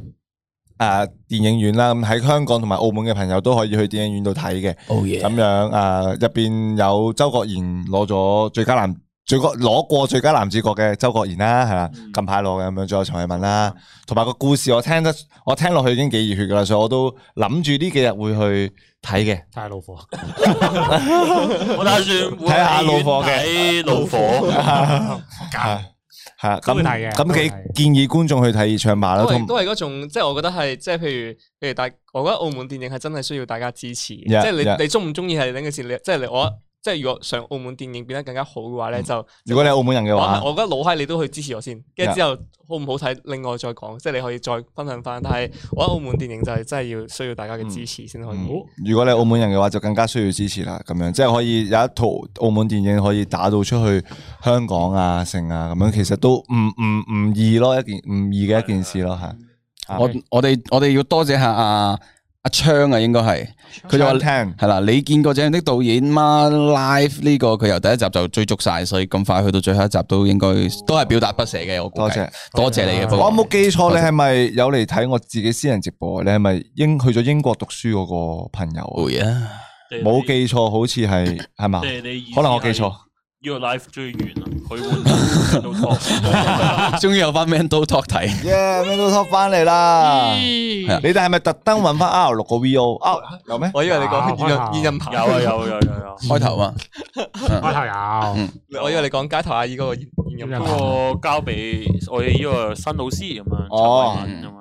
S3: 誒、電影院啦，咁喺香港同埋澳門嘅朋友都可以去電影院度睇嘅。
S2: Oh yeah
S3: 咁樣誒，入邊有周國賢攞咗最佳男最國攞過最佳男主角嘅周國賢啦，係啦，
S5: 嗯
S3: 近排攞嘅咁樣，仲有陳慧敏啦，同埋個故事我聽得我聽落去已經幾熱血噶啦，所以我都諗住呢幾日會去睇嘅。
S5: 太老火，
S1: 我打算會
S3: 睇下老火
S1: 睇
S3: 嘅
S1: 老火，
S3: 係啊，
S4: 都
S3: 咁
S4: 會睇嘅
S3: 咁
S4: 都會
S3: 幾
S4: 睇
S3: 建議觀眾去睇熱唱吧啦，
S4: 都
S3: 同
S4: 係都係嗰種，即係我覺得係，即係譬如譬如大，我覺得澳門電影係真係需要大家支持嘅
S3: Yeah,
S4: 即係你
S3: yeah.
S4: 你中唔中意係另一件事，你即係你我即係如果想澳門電影變得更加好嘅話咧，就
S3: 如果你係澳門人嘅
S4: 我
S3: 話
S4: 係，我覺得老閪你都去支持我先，跟住
S3: Yeah.
S4: 之後好唔好睇，另外再講，即係你可以再分享翻。但係我覺得澳門電影就係真係要需要大家
S3: 嗯
S4: 嘅支持先可以。
S3: 如果你係澳門人嘅話，就更加需要支持啦。咁樣即係可以有一套澳門電影可以打到出去香港啊、成啊咁樣，其實都唔唔唔易咯，一件唔易嘅一件事咯，係。
S2: 我我哋我哋要多謝下阿阿昌啊，應該係佢就話
S3: 聽
S2: 係啦，你見過《這樣的導演》嗎？Live 呢個佢由第一集就追逐晒，所以咁快去到最後一集都應該都係表達不捨嘅。我估
S3: 哦多
S2: 計
S3: 謝
S2: 多謝你嘅，不過
S3: 我冇記錯，你係咪有嚟睇我自己私人直播？你係咪英去咗英國讀書嗰個朋友啊？
S2: 會啊，
S3: 冇記錯好似係係嘛
S1: 即係你意思？
S3: 可能我記錯。
S1: 呢個 life 追完啦，佢換到 top，
S2: 終於有翻 Man Do Talk 睇。
S3: Yeah，Metal Top 翻嚟啦！你哋係咪特登揾翻 R 六個 VO？啊有咩？
S4: 我以為你講煙韌煙韌牌，
S1: 有啊有有有 有，
S2: 開頭啊，
S3: 嗯
S5: 開頭
S4: 有。嗯我以為你講街頭阿姨嗰個煙煙韌牌。
S1: 嗰個交俾我哋呢個新老師咁 樣，
S2: 哦
S1: 陳慧敏咁樣。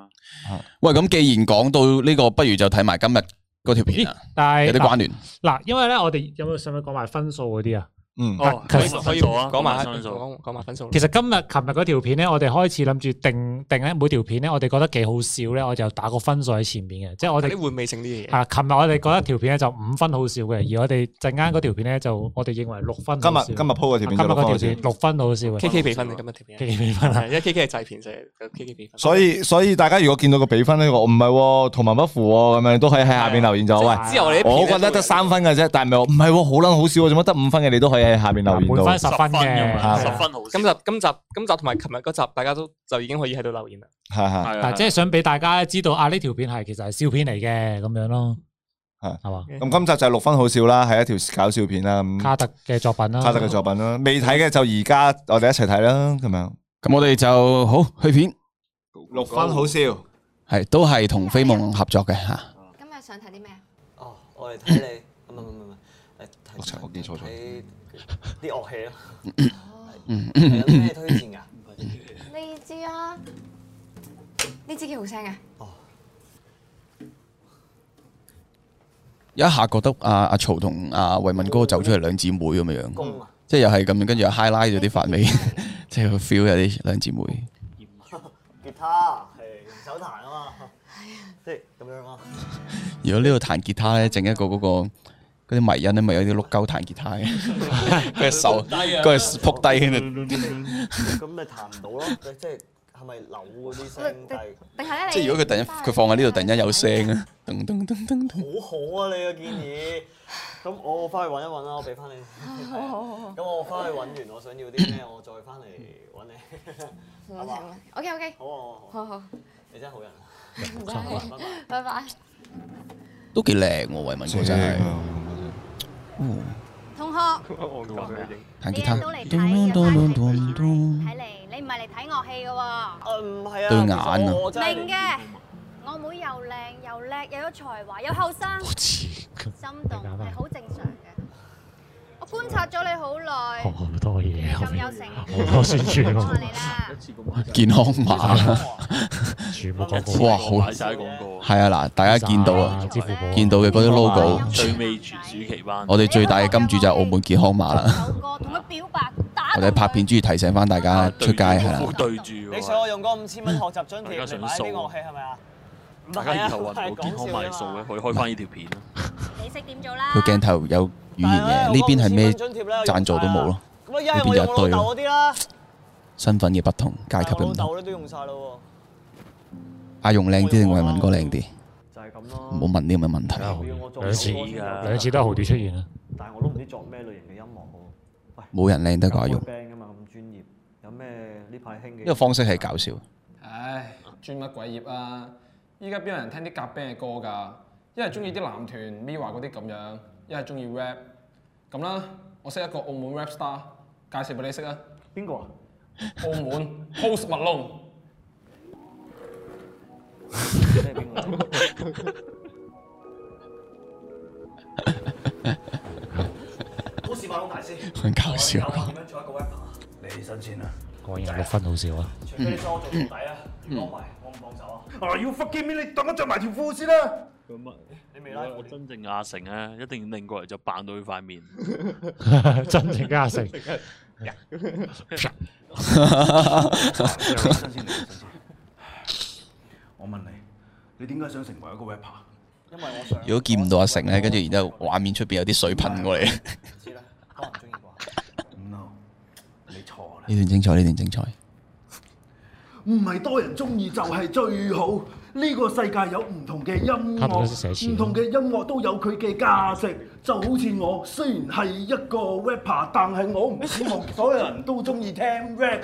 S2: 喂，咁既然講到呢個，不如就睇埋今日嗰條片啊，
S5: 但係
S2: 有啲關聯。
S5: 嗱，因為咧，我哋有冇想唔想講埋分數嗰啲啊？
S3: 嗯
S5: 哦
S4: 可以
S5: 其實
S4: 可以
S1: 分數啊
S4: 講埋
S1: 講埋分數
S4: 講講埋分數。
S5: 其實今日、琴日嗰條片咧，我哋開始諗住定定咧每條片咧，我哋覺得幾好笑咧，我就打個分數喺前面嘅，即係我哋
S4: 啲換味性啲嘢。
S5: 啊，琴日我哋覺得條片咧就五分好笑嘅，而我哋陣間嗰條片咧就我哋認為六分好笑。
S3: 今日今日 po 嗰條片
S5: 啊今日
S3: 就六分好
S5: 嗰條
S3: 笑
S5: 片六分好笑嘅。
S4: K K 比分啊今日條片。
S5: K K 比分啊，
S4: 因為 K K 係製片社，K K 比分。
S3: 所以所以大家如果見到個比分呢個唔係喎，同文不符喎，咁樣都可以喺下邊留言就話喂。
S4: 之後我哋啲片呢
S3: 我覺得得三分嘅啫，但係唔係喎，好撚好笑喎，做乜得五分嘅你都可以喺下邊留言到。啊
S1: 分好。
S4: 今集今集今集同埋琴日嗰集，大家都就已經可以喺度留言啦。
S3: 係係
S5: 嗱，即係想俾大家知道啊，呢條片係其實係笑片嚟嘅咁樣咯，
S3: 係
S5: 係嘛？
S3: 咁今集就係六分好笑啦，係一條搞笑片啦。咁
S5: 卡特嘅作品啦，
S3: 卡特嘅作品啦，未睇嘅就而家我哋一齊睇啦，咁樣。
S2: 咁我哋就好去片，
S3: 六分好笑。
S2: 係都係同飛夢合作嘅吓。
S13: 今日想睇啲咩啊？
S16: 哦，我嚟睇你，唔唔唔唔，誒睇
S3: 我記錯
S16: 睇
S3: 咗
S16: 啲 樂器咯。
S2: 嗯
S16: 係有咩推薦㗎？
S13: 呢支啊，呢支幾好聲啊！
S2: 有一下覺得阿阿曹同阿慧敏哥走出嚟兩姊妹咁樣樣，即係又係咁樣，跟住又 highlight 咗啲髮尾，即係個 feel 有啲兩姊妹。
S16: 吉他係用手彈啊嘛，即係咁樣啊。
S2: 如果呢度彈吉他咧，整一個嗰、個嗰啲迷因咧，咪有啲碌鳩彈吉他嘅，佢隻手佢係撲低喺度。
S16: 咁咪彈唔到咯，即係係咪扭嗰啲聲低？
S13: 定係咧
S2: 即係如果佢突然佢放喺呢度，突然間有聲咧，噔噔噔噔噔。
S16: 好好啊！你嘅建議，咁我翻去揾一揾啦，我俾翻你。
S13: 好好好好
S16: 咁我翻去揾完，我想要啲咩，我再翻嚟揾
S10: Dạ.
S16: 你。
S13: 好聽啊！OK OK，
S16: 好啊，
S13: 好好，
S16: 你真係好人啊。
S13: 唔該，拜拜。
S2: 都幾靚喎，慧敏哥啊真係。哦
S13: 同學，
S4: 我講俾你
S2: 彈吉他。
S13: 都嚟睇睇嚟你唔係嚟睇樂器嘅喎。
S16: 唔
S13: 係
S2: 啊對眼啊其實我我真係
S13: 明嘅，我妹又靚又叻，又有才華，又後生。心動係好正常嘅。我觀察咗你好耐，
S5: 好多嘢，
S13: 咁有成
S5: 好多宣傳咯
S13: 幫下你啦。
S2: 健康碼啦，
S5: 全部廣
S1: 告
S2: 哇，好
S1: 擺晒廣告
S2: 係啊，嗱，大家見到啊，見到嘅嗰啲 logo，
S1: 最尾暑期班，
S2: 我哋最大嘅金主就係澳門健康碼啦。 我哋拍片中意提醒翻大家啊出街係啦
S1: 好，對住喎
S16: 你想我用嗰五千蚊學習津
S1: 大家
S16: 貼
S1: 想
S16: 嚟買啲
S1: 掃
S16: 樂器係咪啊？唔
S1: 大家以後
S16: 係啊
S1: 話唔到健康碼數咧，可以開翻呢條 片啊啦。
S13: 你識點做啦？
S2: 佢鏡頭有語言嘅，呢邊係咩贊助都冇咯，
S16: 咁啊，一
S2: 呢
S16: 係
S2: 邊
S16: 我
S2: 就
S16: 用
S2: 一
S16: 我
S2: 堆
S16: 老豆嗰
S2: 咯，
S16: 啲啦，
S2: 身份嘅不同，階級
S16: 我
S2: 嘅
S16: 老
S2: 唔同。
S16: 豆咧都用晒咯
S2: 阿容靚啲定慧敏哥靚啲？
S16: 喎，就係咁咯。啊
S2: 唔好問呢啲咁嘅問題，
S5: 兩次
S1: 啊
S5: 兩次都係豪啲出現啊啦。
S16: 但係我都唔知作咩類型嘅音樂好。
S2: 冇人靚得過阿容。
S16: band 噶嘛，咁專業，有咩呢排興嘅？
S2: 呢個方式係搞笑。
S10: 唉，專乜鬼業啊！依家邊有人聽啲夾 band 嘅歌㗎？一係中意啲男團 Miwa 嗰啲咁樣，一係中意 rap。咁啦，我識一個澳門 rap star，介紹俾你識啊。
S16: 邊個啊？
S10: 澳門 Post Malone。
S16: 好似馬龍大師，
S5: 很搞笑
S16: 我教你點樣做一個 rapper？你啊起
S23: 啊
S16: 身先啦，
S5: 果然係六分好笑啊！
S16: 除非你將我做徒弟啊，
S5: 嗯
S16: 如果唔係，我唔放手啊。
S10: Are you fucking me？你等我着埋條褲先啦。
S1: 咁啊，
S16: 你未拉
S1: 我真正阿成啊咧，一定擰過嚟就扮到佢塊面。
S5: 真正嘅阿成，
S23: 我問你，你點解想成為一個 rapper？
S16: 因為我想
S2: 如果見唔到阿成咧，跟住然之後畫面出邊有啲水噴過嚟，呢
S16: 唔知啦，可能中意啩。No，你錯
S23: 啊
S16: 啦。
S2: 段精 彩，呢段精彩。
S23: 唔係多人中意就係最好。呢個世界有唔同嘅音
S5: 差唔多寫
S23: 樂，
S5: 詞啊
S23: 唔同嘅音樂都有佢嘅價值。就好似我雖然係一個 rapper，但係我唔希望所有人都中意聽 rap。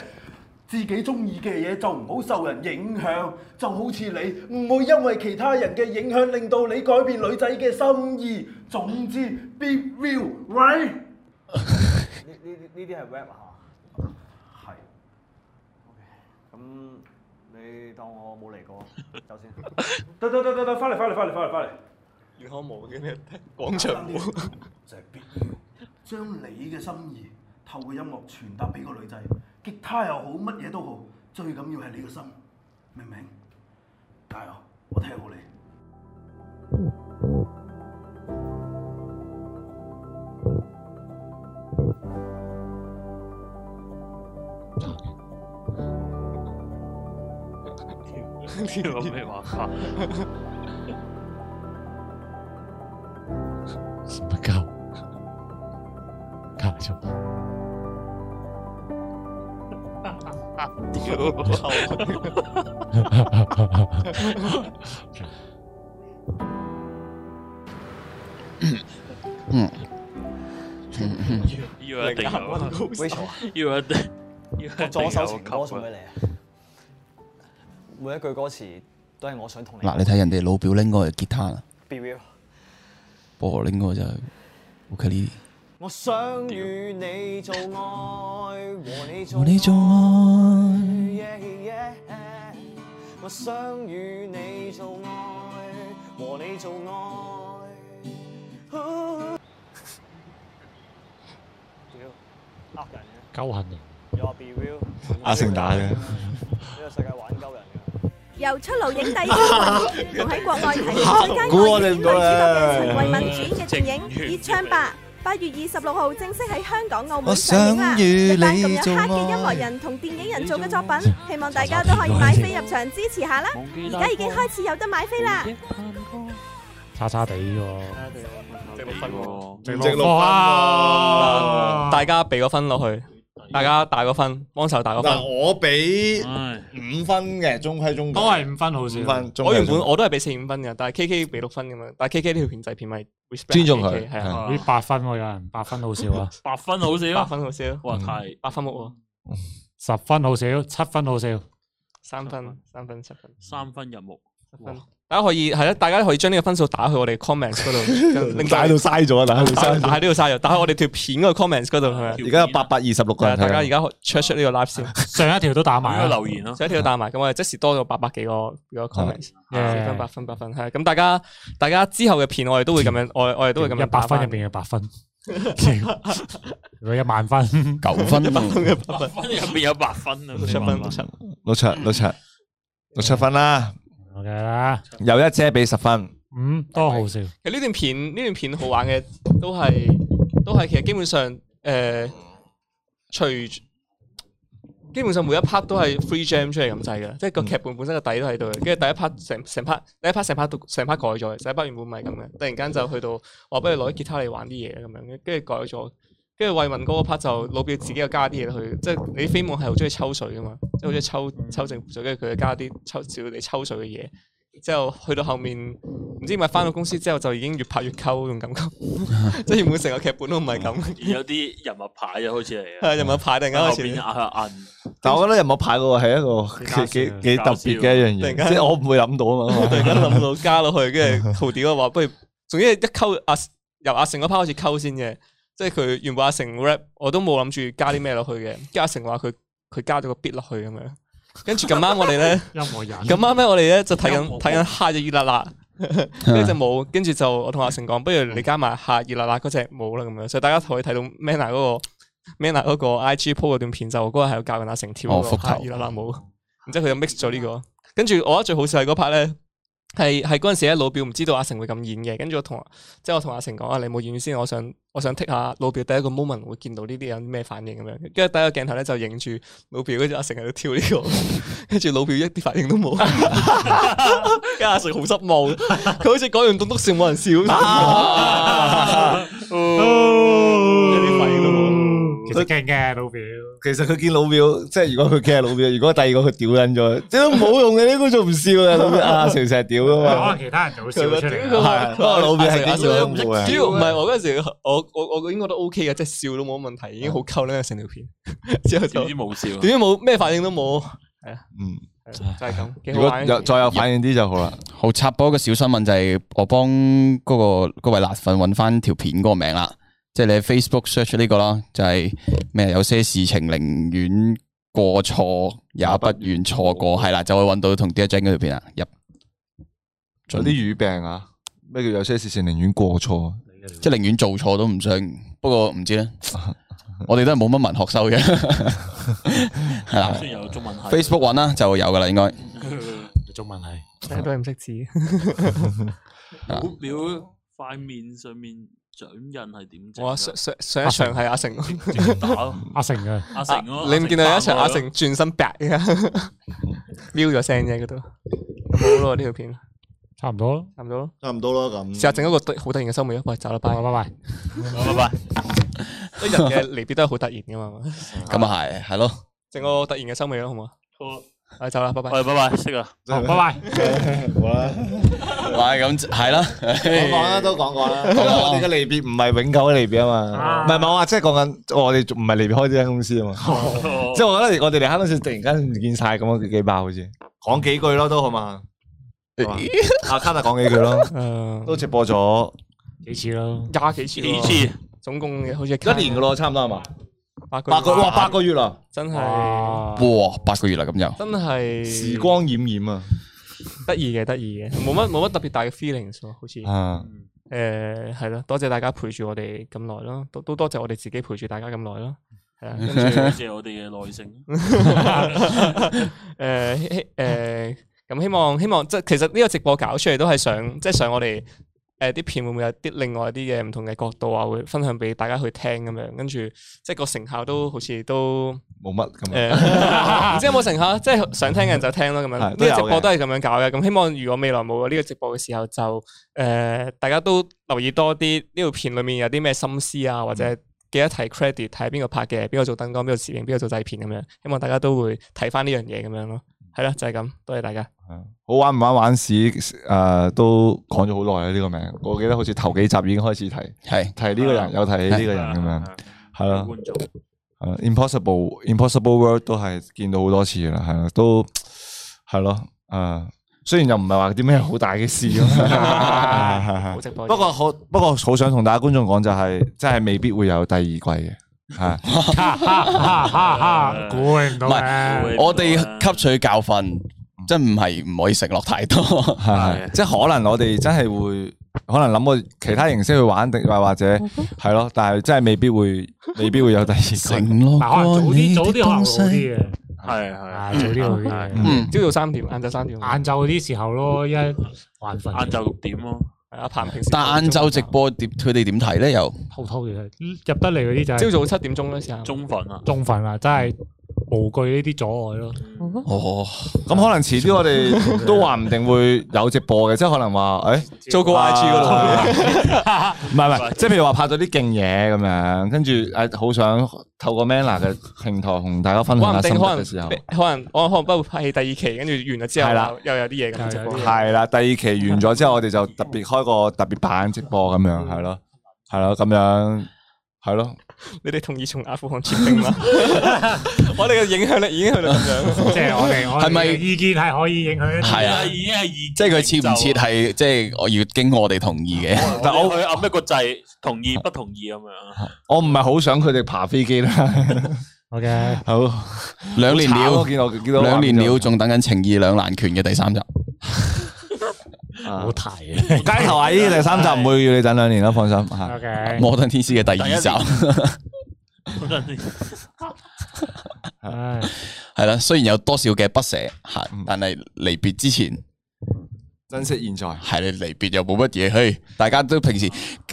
S23: 自己中意嘅嘢就唔好受人影響，就好似你唔會因為其他人嘅影響令到你改變女仔嘅心意。總之，be real，right？
S16: 呢呢呢啲係 rap 啊？係。咁你當我冇嚟過，走先。
S23: 得得得得得，翻嚟翻嚟翻嚟翻嚟翻嚟。
S4: 健康舞嘅咩？廣場舞
S23: 就係必要將你嘅心意透過音樂傳達俾個女仔，吉他又好，乜嘢都好，最緊要係你個心，明唔明？加油，我睇好你。
S1: 呢個咩話法？
S10: 不夠，加 咗。
S2: 嗯，
S3: 嗯
S1: 呢個一定有，呢個一定，呢個一定
S16: 啊我左手情歌
S1: 有
S16: 送俾你啊！每一句歌詞都係我想同你
S2: 嗱，你睇人哋老表拎嗰個吉他啦，
S16: be real。
S2: 菠蘿拎嗰個就係 o k 呢
S16: 我想與你做愛，和你做
S2: 我呢種愛。
S16: yeah, yeah. 我想與你做愛，和你做愛。屌，呃人嘅，
S5: 鳩恨人。
S16: 又話 be real，
S3: 阿成打嘅。
S16: 呢個世界玩鳩人嘅。
S22: 由出爐影帝周慧儀同喺國外提名最佳
S3: 估
S22: 外
S3: 我哋
S22: 語片女
S3: 唔
S22: 主
S3: 到
S22: 角嘅
S3: 咧
S22: 陳慧敏主演嘅電影《熱唱吧》，八月二十六號正式喺香港、澳
S2: 我
S22: 門上映啦！
S2: 想與
S22: 一班咁
S2: 你
S22: 有
S2: 做
S22: heart
S2: 愛
S22: 嘅音樂人同電影人做嘅作品，希望大家都可以買飛入場支持下啦！而家已經開始有得買飛啦！
S5: 差差地喎，
S4: 直
S5: 直落分喎
S4: 大家俾個分落去，大家打個分，幫手打個分
S3: 嗱，。我俾五分嘅，中規中矩。
S4: 都係
S5: 五分好少
S3: 五分，中
S4: 我
S3: 規
S4: 原
S3: 中
S4: 本
S3: 矩
S4: 我都係俾四五分嘅，但係 K K 俾六分咁樣，但係 K K 呢條片仔片咪 respect
S3: 尊重佢
S4: KK 係啊，
S5: 呢八分喎，有人八分好少 啊，
S1: 八分好少，
S4: 八分好少，嗯
S1: 哇太
S4: 八分冇喎，
S5: 十分好少，七分好少。
S4: 三分三分七分
S1: 三分入目，
S4: 大家可以係啦，啊大家可以將呢個分數打去我哋 comments 嗰 度，令
S3: 打到嘥咗啊打到嘥咗啊
S4: 打打喺呢度嘥咗，打喺我哋條片嗰個 comments 嗰度係咪？啊
S3: 而家有八百二十六個人睇啊
S4: 大家而
S3: 緊。
S4: 家 check check 呢個 live 先，
S5: 上一條都打埋啊啦
S1: 留言咯
S4: 上一條都打埋，咁我哋即時多咗八百幾個幾個 comments，
S5: Yeah
S4: 四分八分八分，係啊咁大家大家之後嘅片我哋都會咁樣，我我哋都會咁樣
S5: 一百
S4: 打
S5: 分
S4: 返
S5: 入边嘅八分，如果一萬分九
S2: 分
S4: 一百分嘅
S1: 八分入邊有八分啊，
S4: 六七分六七分。
S3: 六七六七六七分啦，
S5: ，OK 啦，
S3: 有一姐俾十分。
S5: 五多好少。
S4: 其實呢段片呢段片好玩嘅都係都係其實基本上誒、呃，隨基本上每一 part 都係 free jam 出嚟咁滯
S1: 嗯
S4: 嘅，即係個劇本本身個底都喺度嘅。跟住第一 part 成成 part 第一 part 成 part 都成 part 改咗嘅，第一 part 原本唔係咁嘅，突然間就去到話不如攞啲吉他嚟玩啲嘢咁樣，跟住改咗。跟住惠民嗰個 part 就老表自己又加啲嘢去，即係你飛夢係好中意抽水噶嘛，即係好中意抽
S1: 嗯
S4: 抽政府水，跟住佢又加啲抽少你抽水嘅嘢。之後去到後面，唔知點解翻到公司之後就已經越拍越溝嗰種感 覺，即係原本成個劇本都唔係咁。
S1: 有啲人物牌就開始嚟啊，
S4: 係人物牌突然間開始
S1: 後邊啊壓銀，
S3: 但我覺得有冇派嗰個係啊一個幾幾幾特別嘅一樣
S4: 突然
S3: 嘢，
S4: 間
S3: 即係我唔會諗到啊嘛。
S4: 突然間諗到加落去，跟住豪屌嘅話，不如總之一溝阿由阿成嗰 part 開始溝先嘅，即係佢原本阿成 rap 我都冇諗住加啲咩落去嘅，跟住阿成話佢佢加咗個 bit 落去咁樣，跟住咁啱我哋咧，
S5: 音樂人
S4: 咁啱咧我哋咧就睇
S5: 音樂
S4: 緊睇緊下熱辣 辣。跟住就冇，跟住就我同阿成講，不如你加埋下熱辣辣嗰只冇啦咁樣，所以大家可以睇到 Manner 嗰、個 Manner 嗰個 IG po 嗰段片就我嗰日係有教緊阿成跳
S2: 哦
S4: 嗰
S2: 復
S4: 個下
S2: 頭
S4: 熱辣辣舞， 然之後佢就 mix 咗呢、個，跟住我覺得最好笑係嗰 part 咧，係係嗰陣時咧老表唔知道阿成會咁演嘅，跟住我同即係我同阿成講啊，你冇演先，我想我想剔下老表第一個 moment 會見到呢啲人咩反應咁樣，跟住第一個鏡頭咧就影住老表，跟住阿成喺度跳呢、個， 跟住老表一啲反應都冇。跟住阿成好失望，佢好似講完棟篤笑冇人笑，
S2: 啊
S4: 一啲反應都冇。
S5: 其實勁嘅老表。
S3: 其實佢見老表，即係如果佢驚係老表，如果第二個佢屌撚咗，即係都冇用嘅，呢個仲唔笑嘅老表 啊，成成屌噶
S5: 可
S3: 嘛
S5: 能。其他人就會笑出嚟
S3: 佢話
S5: 啦。
S3: 係不過老表係
S4: 阿
S3: 點
S4: Sir，
S3: 樣
S4: 阿 Sir，你唔識
S3: 嘅
S4: 主要唔係我嗰陣時，我我我已經覺得 O K 嘅，即係笑都冇乜問題，已經好溝啦成條 片。之後就
S1: 點知冇笑啊
S4: 點知冇咩反應都冇，係啊，
S3: 嗯，
S4: 就係咁，幾
S3: 如
S4: 好
S3: 果
S4: 玩
S3: 有
S4: 嘅。
S3: 再有反應啲就好啦。
S2: 好插播一個小新聞就係、我幫嗰、個嗰位辣粉揾翻條片嗰個名啦，即係你喺 Facebook search 呢個啦，就係、咩有些事情寧願過錯也不願錯過，係啦，就會揾到同 DJ 嗰條片啦，入
S3: 有啲語病啊，咩叫有些事情寧願過錯？
S2: 即係寧願做錯都唔想，不過唔 知咧，我哋都係冇乜文學修嘅，係啦
S1: 雖然有中文系
S2: ，Facebook 揾啦就有噶啦，應該。
S24: 中文係
S4: 大家都係唔 識字。
S1: 老表塊面上面掌印係點整㗎？
S4: 我啊上上上一場係阿成，
S5: 阿成嘅
S1: 阿成咯
S4: 你唔見到有一場阿
S1: 阿
S4: 成
S1: 成
S4: 轉身白 嘅，瞄咗聲啫嗰度，冇咯呢條片，
S5: 差唔多咯，
S4: 差唔多咯，
S3: 差唔多咯咁
S4: 試下整一個好突然嘅收尾啊！喂，走啦，拜拜
S5: 拜拜，
S4: 拜拜，啲人嘅離別都係好突然噶嘛，
S2: 咁啊係，係咯。
S4: 整個突然嘅收尾咯，好唔好啊？
S1: 好啊，
S4: 我哋走啦，拜拜，
S1: 喂拜拜識
S3: 啊
S1: 啦
S4: 好哦拜拜，
S3: 好啦，
S2: 喂，咁係啦，
S3: 講講啦，都講講啦。因為我哋嘅離別唔係永久嘅離別啊嘛，唔係唔係我話即係講緊我哋唔係離別開呢間公司啊嘛。
S5: 哦
S3: 即係我覺得我哋離開公司突然間唔見晒咁樣幾爆好似。講幾句咯都好嘛，係嘛阿卡特講幾句 咯，都直播咗
S5: 嗯幾次咯，
S4: 廿幾次喎，
S3: 幾次
S4: 總共嘅好似
S3: 一年噶咯，差唔多係嘛？
S4: 八個
S3: 八個哇，八個月啦，
S4: 真係
S2: 哇，八個月啦咁又。
S4: 真係
S3: 時光荏苒啊！
S4: 得意嘅，得意嘅，冇乜冇乜特別大嘅 feelings 咯，好似
S3: 啊，
S4: 誒係咯，多謝大家陪住我哋咁耐咯，都都多謝我哋自己陪住大家咁耐咯，係啊，跟住
S1: 多謝我哋嘅耐性
S4: 誒希誒咁希望希望即係其實呢個直播搞出嚟都係想即係想我哋誒啲片會唔會有啲另外啲嘅唔同嘅角度啊，會分享俾大家去聽咁樣，跟住即係個成效都好似都
S3: 冇乜咁啊
S4: 誒，唔知有冇成效？即係想聽嘅人就聽咯咁樣。
S3: 係
S4: 呢
S3: 都
S4: 個
S3: 有嘅
S4: 直播都係咁樣搞嘅，咁希望如果未來冇呢個直播嘅時候，就誒大家都留意多啲呢條片裡面有啲咩心思啊，或
S3: 嗯
S4: 者。記得睇 credit，睇邊個拍嘅，邊個做燈光，邊個攝影，邊個做製片咁樣，希望大家都會睇翻呢樣嘢咁樣咯。係啦，就係咁，多謝大家。
S3: 好玩唔玩玩屎誒都講咗好耐啦啊呢個名，我記得好似頭幾集已經開始提，
S2: 係
S3: 提呢個人，有提起呢個人咁樣，係啦。係啦 Impossible Impossible World 都係見到好多次啦，係啦，都係咯，誒，雖然又唔係話啲咩好大嘅 事咯，
S4: 冇直播
S3: 不過好，不過好想同大家觀眾講就係，真係未必會有第二季嘅，係。
S5: 哈哈哈哈哈，估你唔到啊
S2: 唔
S3: 啊
S2: 係，我哋吸取教訓，真唔係唔可以承諾太 多。
S3: 係即係可能我哋真係會可能諗過其他形式去玩，定或或者係咯，但係真係未必 會，未必會有第二承
S2: 咯。
S5: 嗱可能啊早啲早啲可能好啲嘅，
S1: 係係
S5: 啊早啲好啲
S3: 嗯
S5: 嘅，
S4: 朝早三點，晏晝三點，
S5: 晏晝啲時候咯，一還瞓，
S1: 晏晝六點咯，
S4: 係阿彭平
S2: 但晏晝直播點，
S1: 啊
S2: 佢哋點睇咧？又
S5: 偷偷嘅入得嚟嗰啲就係
S4: 朝早七點鐘嗰時候，
S1: 中分啊，
S5: 中分啦，真係無懼呢啲阻礙咯。
S2: 哦，
S3: 咁可能遲啲我 哋都話唔定會有直播嘅，即係可能話誒
S4: 做個 IG 嗰 度
S3: 啊 唔係 唔係，即係譬如話拍咗啲勁嘢咁樣，跟住誒好想透過 Manner 嘅平台同大家分享
S4: 話唔
S3: 下
S4: 定
S3: 心
S4: 可
S3: 得
S4: 能
S3: 嘅時候。
S4: 可能我可能不會拍戲第二期，跟住完咗之
S3: 係啦
S4: 後又又有啲嘢咁直播。
S3: 係啦，第二期完咗之後，我哋就特別開個特別版直播咁樣，係咯，係咯，咁樣係咯。
S4: 你哋同意從阿富汗撤兵嗎？ 我哋嘅影響力已經去到咁 樣，
S5: 即係我哋我哋
S2: 係咪
S5: 嘅意見係可以影響一啲
S2: 係啊
S1: 已經係已
S2: 即係佢切唔切係，即係我要經我哋同意 嘅。
S1: 但我去按一個掣，同意不同意咁樣。
S3: 我唔係好想佢哋爬飛機啦。
S5: 好嘅，
S3: 好，
S2: 兩年
S3: 好慘
S2: 了，
S3: 啊見到見到
S2: 兩年了，仲等緊情義兩難拳嘅第三集。
S3: 好
S5: 提
S3: 街頭阿姨第三集唔會要你等兩年啦，放心吓。
S5: OK
S2: 摩登天師嘅第二集，
S1: 好得啲
S5: 唉，
S2: 係啦。雖然有多少嘅不捨，吓，但係離別之前。
S3: 嗯珍惜現在
S2: 係你離別又冇乜嘢，嘿，大家都平時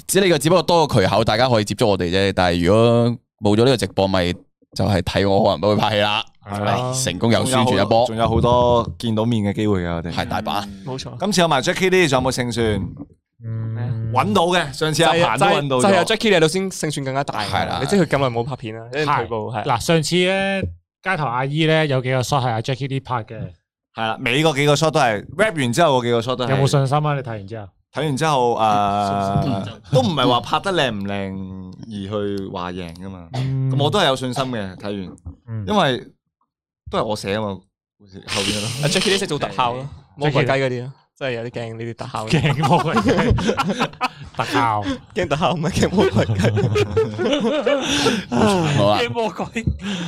S2: 只呢個只不過多個渠口，大家可以接觸我哋啫。但係如果冇咗呢個直播，咪就係睇我可能都會拍戲啦，
S3: 係啦
S2: 成功又宣傳一波，
S3: 仲有好多見到面嘅機會嘅，我哋
S2: 係大把。
S4: 冇錯。
S3: 今次有埋 Jackie Lee，仲有冇勝算？
S5: 嗯，
S3: 揾到嘅，上次阿彭都揾到
S4: 就係啊
S3: 咗。
S4: Jackie 嚟到先勝算更加大。係
S3: 啦
S4: 你即係佢咁耐冇拍片啊啦，一定退步係。
S5: 嗱，上次咧街頭阿姨咧有幾個 shot 係阿 Jackie Lee 拍嘅，
S3: 系啦，美國幾個 shot 都係 rap 完之後嗰幾個 shot 都係。
S5: 有冇信心啊？你睇完之後，
S3: 睇完之後诶，呃都唔係話拍得靚唔靚而去話贏噶嘛。
S5: 嗯
S3: 咁我都係有信心嘅，睇完，因為都係我寫啊嘛，好似後边 咯。
S4: 阿 Jackie 啲識做特效 咯，魔鬼雞嗰啲啊咯，真係有啲驚呢啲特效。
S5: 驚魔鬼 雞特效，
S4: 驚特效唔係驚魔鬼雞。
S3: 好啊
S1: 驚魔鬼，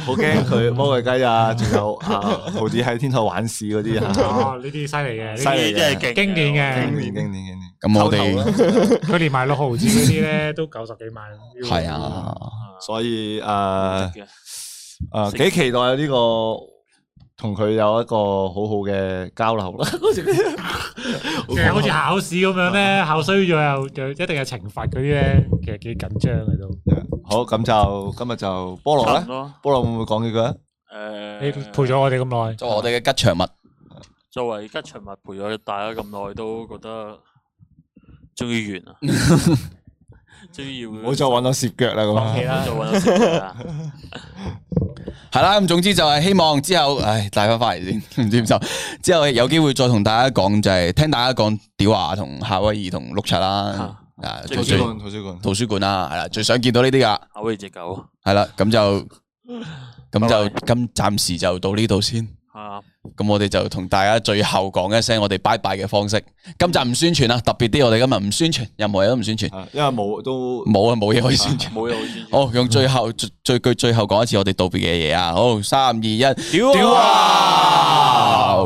S3: 好驚佢魔鬼雞啊，仲有啊豪子喺天台玩屎嗰啲啊
S5: 哦，，呢啲犀利嘅，呢
S3: 犀利
S5: 啲
S3: 嘅
S5: 經典嘅，
S3: 經典經典經典。啊
S2: 咁我哋
S5: 佢連埋六毫子嗰啲 咧都九十幾萬，
S2: 係 啊，
S3: 哦所以诶诶幾期待呢個同佢有一個好好嘅交流 啦。
S5: 其實好似考試咁樣咧，考衰咗又又一定係懲罰嗰啲咧，其實幾緊張嘅都。
S3: 好，咁就今日就菠蘿
S5: 差
S3: 啦
S5: 唔多，
S3: 菠蘿會唔會講幾句啊？
S5: 你
S2: 啊
S5: 陪咗我哋咁耐，
S2: 我哋嘅吉祥物。
S1: 作為吉祥物陪咗大家咁耐，都覺得終於完啦，終於要
S3: 唔好再揾我攝腳啦咁啊！
S1: 再揾我食啦。
S2: 系啦，咁總之就係希望之後，唉，帶翻翻嚟先，唔 知點收。之後有機會再同大家講，就係聽大家講屌啊，同夏威夷同碌柒啦，啊，
S3: 圖書館圖書館
S2: 圖書館啦，係啦，最想見到呢啲噶，
S1: 夏威夷只狗
S2: 係啦，咁就咁就咁暫時就到呢度先。
S1: 啊，
S2: 咁我哋就同大家最後講一聲我哋拜拜嘅方式。今集唔宣傳啊啦，特別啲，我哋今日唔宣傳，任何嘢都唔宣傳，
S3: 因為冇都
S2: 冇啊，冇嘢可以宣 傳。
S1: 冇嘢可以宣傳。
S2: 好，用最後最最句啊最後講一次我哋道別嘅嘢啊！好，三二一，屌
S1: 啊
S2: 啊！